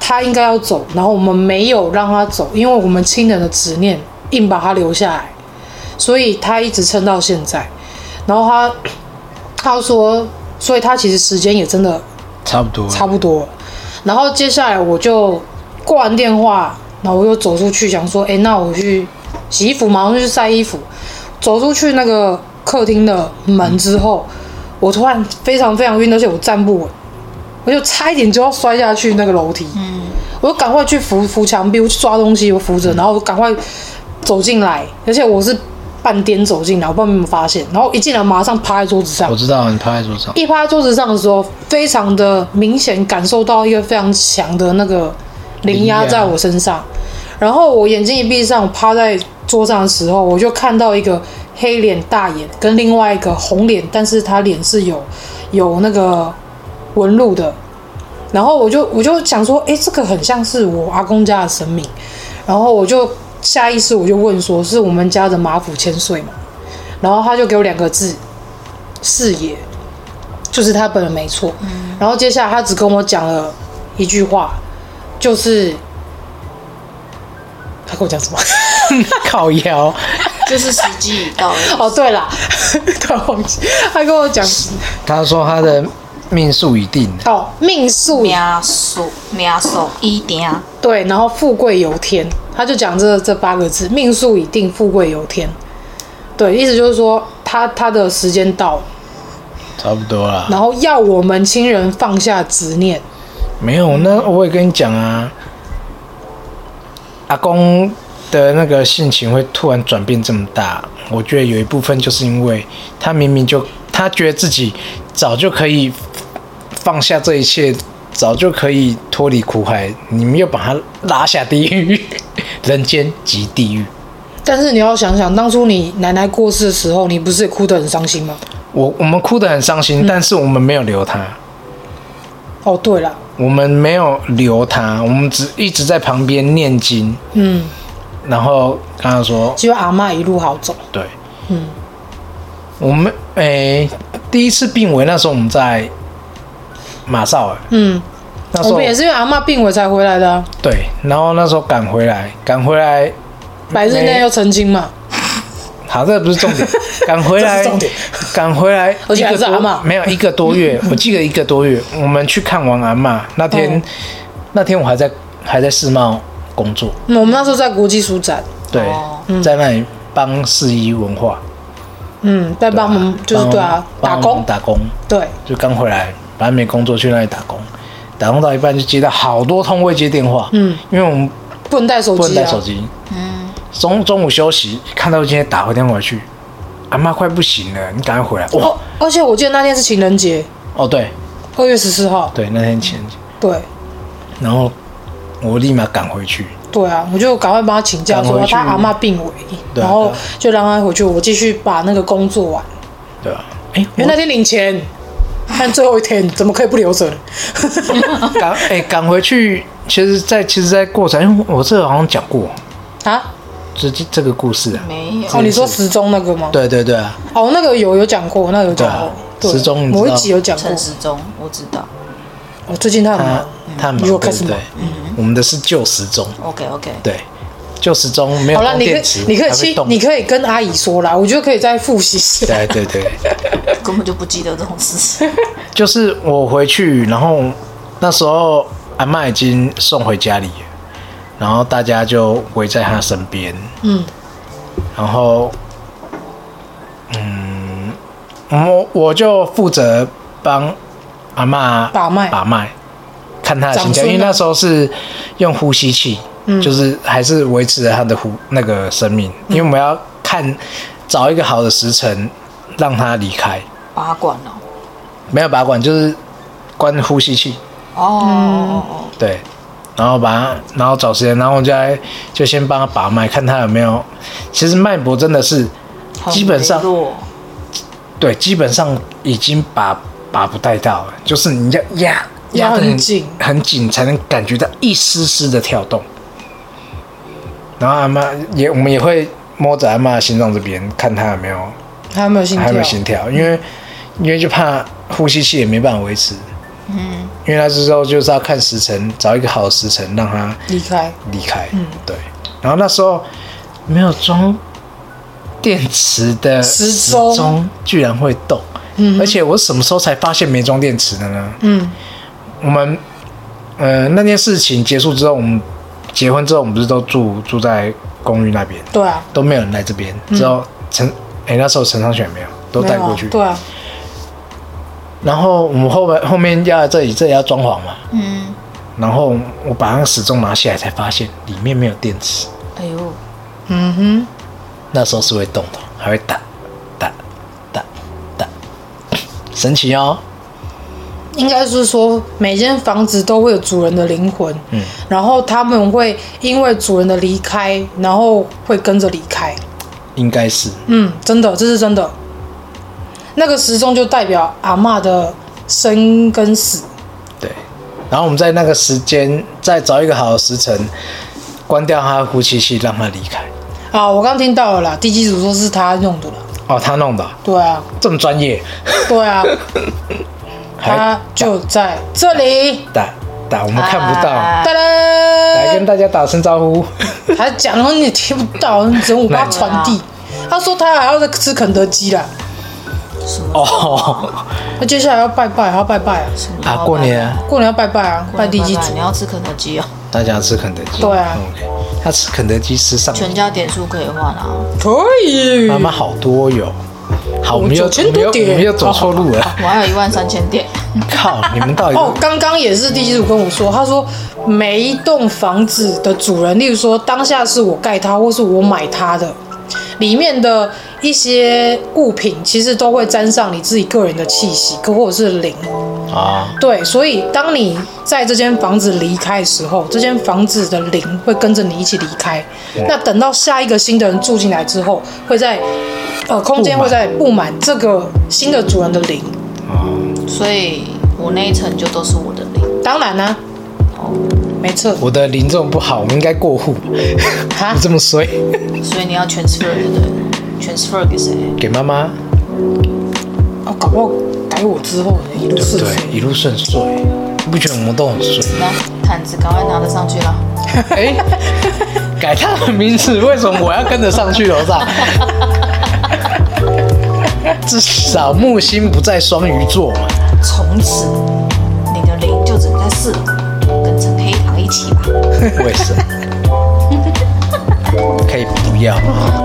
Speaker 2: 他应该要走，然后我们没有让他走，因为我们亲人的执念硬把他留下来，所以他一直撑到现在。然后他他说，所以他其实时间也真的
Speaker 1: 差不多，
Speaker 2: 差不多了。然后接下来我就挂完电话，然后我又走出去，想说，哎，那我去洗衣服，马上去晒衣服。走出去那个客厅的门之后，我突然非常非常晕，而且我站不稳。我就差一点就要摔下去那个楼梯，嗯，我就赶快去扶扶墙壁，我去抓东西，我扶着，然后我赶快走进来，而且我是半颠走进来，我不知道你们有没有发现，然后一进来马上趴在桌子上
Speaker 1: 我，知道你趴在桌上，
Speaker 2: 一趴在桌子上的时候，非常的明显感受到一个非常强的那个灵压
Speaker 1: 灵压
Speaker 2: 在我身上，然后我眼睛一闭上，我趴在桌上的时候，我就看到一个黑脸大眼跟另外一个红脸，但是他脸是有有那个纹路的，然后我就我就想说，诶，这个很像是我阿公家的神明，然后我就下意识我就问说，是我们家的马府千岁吗？然后他就给我两个字，视野，就是他本人没错。然后接下来他只跟我讲了一句话，就是他跟我讲什么？
Speaker 1: <laughs> 靠腰，
Speaker 3: 就是时机已到了。
Speaker 2: <laughs> 哦，对啦， <laughs> 突然忘记，他跟我讲
Speaker 1: 他说他的命数已定，
Speaker 2: 哦，命数
Speaker 3: 命数命数一定，
Speaker 2: 对，然后富贵由天，他就讲这这八个字，命数已定，富贵由天。对，意思就是说他他的时间到了，
Speaker 1: 差不多啦。
Speaker 2: 然后要我们亲人放下执念。
Speaker 1: 没有，那我也跟你讲啊，阿公的那个性情会突然转变这么大，我觉得有一部分就是因为他明明就他觉得自己早就可以放下这一切，早就可以脱离苦海，你们又把他拉下地狱，人间即地狱。
Speaker 2: 但是你要想想，当初你奶奶过世的时候，你不是也哭得很伤心吗？
Speaker 1: 我我们哭得很伤心，但是我们没有留他。
Speaker 2: 哦，对了，
Speaker 1: 我们没有留他，我们只一直在旁边念经，
Speaker 2: 嗯，
Speaker 1: 然后跟他说，
Speaker 2: 只有阿嬷一路好走。
Speaker 1: 对，嗯，我们诶、第一次病危那时候我们在马绍尔，
Speaker 2: 嗯，
Speaker 1: 那时
Speaker 2: 我
Speaker 1: 候
Speaker 2: 们也是因为阿嬷病危才回来的、啊，
Speaker 1: 对，然后那时候赶回来，赶回来，嗯
Speaker 2: 百日内
Speaker 1: 没
Speaker 2: 又成精嘛。
Speaker 1: 好，这不是重
Speaker 2: <laughs>
Speaker 1: 点，赶回来，
Speaker 2: 这是重点
Speaker 1: 赶回
Speaker 2: <laughs>
Speaker 1: 来，
Speaker 2: 而且
Speaker 1: 一
Speaker 2: 还
Speaker 1: 个
Speaker 2: 是
Speaker 1: 多
Speaker 2: 阿嬷
Speaker 1: 没有一个多
Speaker 2: <laughs>
Speaker 1: 月，我记得一个多月，我们去看完阿嬷那天，
Speaker 2: 嗯
Speaker 1: 那天我还在还在世贸工作，
Speaker 2: 嗯我们那时候在国际书展，
Speaker 1: 对，
Speaker 2: 哦
Speaker 1: 在那里帮四一文化，
Speaker 2: 嗯，在帮我们就是对啊，
Speaker 1: 帮帮我
Speaker 2: 打
Speaker 1: 们
Speaker 2: 工，
Speaker 1: 打工，
Speaker 2: 对，
Speaker 1: 就刚回来，反正没工作去那里打工，打工到一半就接到好多通未接电话，
Speaker 2: 嗯，
Speaker 1: 因为我们
Speaker 2: 不能带手
Speaker 1: 不能
Speaker 2: 机
Speaker 1: 带
Speaker 2: 啊
Speaker 1: 手，机，嗯，中中午休息看到今天打回电话去，阿妈快不行了，你赶快回来，哇，
Speaker 2: 哦，而且我记得那天是情人节，
Speaker 1: 哦对
Speaker 2: 二月十四号，
Speaker 1: 对，那天前，
Speaker 2: 对
Speaker 1: 然后我立马赶回去，
Speaker 2: 对啊，我就赶快帮他请假，
Speaker 1: 赶
Speaker 2: 说
Speaker 1: 回去
Speaker 2: 他阿妈病危，
Speaker 1: 对啊
Speaker 2: 然后就让他回去，我继续把那个工作完。
Speaker 1: 对吧？哎，
Speaker 2: 因为那天领钱，但最后一天怎么可以不留着？ <laughs>
Speaker 1: 我赶哎赶回去，其实在其实，在过程，因为我这个好像讲过
Speaker 2: 啊？
Speaker 1: 这这这个故事啊，
Speaker 3: 没有
Speaker 2: 哦，你说时钟那个吗？
Speaker 1: 对对对啊，
Speaker 2: 哦，那个有有讲过，那个有讲过
Speaker 1: 对啊，
Speaker 2: 对，
Speaker 1: 时钟你知道
Speaker 2: 某一集有讲过
Speaker 3: 陈。时中，我知道。
Speaker 2: 哦，最近他
Speaker 1: 他
Speaker 2: 很忙，
Speaker 1: 他很
Speaker 2: 你有
Speaker 1: 忙，
Speaker 2: 开
Speaker 1: 对
Speaker 2: 始
Speaker 1: 不对
Speaker 2: 忙？嗯
Speaker 1: 我们的是旧时钟，
Speaker 3: OK OK，
Speaker 1: 对，旧时钟没有
Speaker 2: 好了，
Speaker 1: 放
Speaker 2: 你可
Speaker 1: 电
Speaker 2: 以
Speaker 1: 池，
Speaker 2: 你可以
Speaker 1: 还会
Speaker 2: 去，
Speaker 1: 动
Speaker 2: 你可以跟阿姨说啦，我觉得可以再复习一下。
Speaker 1: 对对对，
Speaker 3: 根本就不记得这种事情。
Speaker 2: <laughs>
Speaker 1: 就是我回去，然后那时候阿嬷已经送回家里了，然后大家就围在她身边，嗯，然后，嗯，我我就负责帮阿嬷
Speaker 2: 把脉
Speaker 1: 把脉，看她的心
Speaker 2: 长
Speaker 1: 跳，
Speaker 2: 孙啊嗯
Speaker 1: 因为那时候是用呼吸器，就是还是维持着她的呼那个生命，因为我们要看找一个好的时辰让她离开，
Speaker 3: 拔管哦，
Speaker 1: 没有拔管，就是关呼吸器。
Speaker 3: 哦哦哦，
Speaker 1: 对，然后把它，然后找时间，然后我就来就先帮他把脉，看他有没有。其实脉搏真的是基本上
Speaker 3: 很微弱
Speaker 1: 对，基本上已经把把不带到了，就是你要压
Speaker 2: 压
Speaker 1: 得
Speaker 2: 很紧
Speaker 1: 很紧才能感觉到一丝丝的跳动。然后阿妈也，我们也会摸着阿妈心脏这边，看她有没有
Speaker 2: 还有没有心
Speaker 1: 还
Speaker 2: 跳？
Speaker 1: 有没有心跳，因为因为就怕呼吸器也没办法维持。嗯，因为他之后就是要看时辰，找一个好的时辰让他
Speaker 2: 离开，
Speaker 1: 离开。嗯，对。然后那时候没有装电池的
Speaker 2: 时钟
Speaker 1: 钟居然会动，嗯，而且我什么时候才发现没装电池的呢？
Speaker 2: 嗯，
Speaker 1: 我们呃那件事情结束之后，我们结婚之后，我们不是都住住在公寓那边，
Speaker 2: 对啊，
Speaker 1: 都没有人来这边。之后陈哎、那时候陈昌选没有，都带过去。
Speaker 2: 嗯没有啊对啊，
Speaker 1: 然后我们后面后面要这里这里要装潢嘛，
Speaker 3: 嗯，
Speaker 1: 然后我把那个时钟拿起来才发现里面没有电池。
Speaker 3: 哎呦，
Speaker 2: 嗯
Speaker 1: 那时候是会动的，还会打打打打，神奇哦！
Speaker 2: 哼，应该是说每间房子都会有主人的灵魂，嗯，然后他们会因为主人的离开，然后会跟着离开，
Speaker 1: 应该是
Speaker 2: 嗯，真的，这是真的。那个时钟就代表阿嬷的生跟死，
Speaker 1: 对。然后我们在那个时间再找一个好的时辰，关掉他的呼吸器，让他离开。
Speaker 2: 啊，我刚听到了啦，地基组说是他弄的啦。
Speaker 1: 哦，他弄的
Speaker 2: 对啊，
Speaker 1: 这么专业，
Speaker 2: 对 <laughs> 啊，
Speaker 1: 还
Speaker 2: 他就在这里。
Speaker 1: 打打，我们看不到。
Speaker 3: 啊
Speaker 2: 哒
Speaker 1: 来
Speaker 2: 啦
Speaker 1: 跟，大家打声招呼。
Speaker 2: 他讲了你也听不到，你整五八传递。他说他还要再吃肯德基啦，
Speaker 1: <laughs> 哦
Speaker 2: 他接下来要拜拜，还要拜拜啊，
Speaker 1: 啊，过年啊
Speaker 2: 过年要拜拜啊，拜地基
Speaker 3: 拜拜
Speaker 2: 组
Speaker 3: 你。要吃肯德基哦，
Speaker 1: 大家吃肯德基。
Speaker 2: 对啊
Speaker 1: OK，他吃肯德基吃上瘾，
Speaker 3: 全家点数可以换啊。
Speaker 2: 可以
Speaker 1: 妈，妈好多哟。好，我们又
Speaker 2: 我九千
Speaker 1: 我们又
Speaker 2: 多点
Speaker 1: 我们又走错路了。
Speaker 3: 我还有一万三千点，
Speaker 2: 嗯
Speaker 1: 靠，你们 <laughs> 到底
Speaker 2: 哦，刚刚也是地基主跟我说，他说每一栋房子的主人，例如说当下是我盖它，或是我买它的，里面的一些物品其实都会沾上你自己个人的气息，或者是灵。
Speaker 1: 啊？
Speaker 2: 对，所以当你在这间房子离开的时候，这间房子的灵会跟着你一起离开。那等到下一个新的人住进来之后，会在呃空间
Speaker 1: 布满
Speaker 2: 会在布满这个新的主人的灵。
Speaker 3: 所以我那一层就都是我的零。
Speaker 2: 当然呢、没错，
Speaker 1: 我的零这么不好，我们应该过户。
Speaker 2: 哈
Speaker 1: 我这么 <laughs> 衰，
Speaker 3: 所以你要 transfer 对不对？transfer 给谁？
Speaker 1: 给妈妈，
Speaker 2: 哦，搞不好改我之后一路是
Speaker 1: 对，一
Speaker 2: 非。
Speaker 1: 路顺遂。你不觉得我们都很顺？ <laughs>
Speaker 3: 来，毯子赶快拿得上去啦。
Speaker 1: 哎，改他的名字，为什么我要跟着上去楼 <laughs> 上？至少木星不在双鱼座嘛。
Speaker 3: 从此你的零就只能在四楼，跟陈黑糖一起吧。
Speaker 1: 为什么？可以不要吗？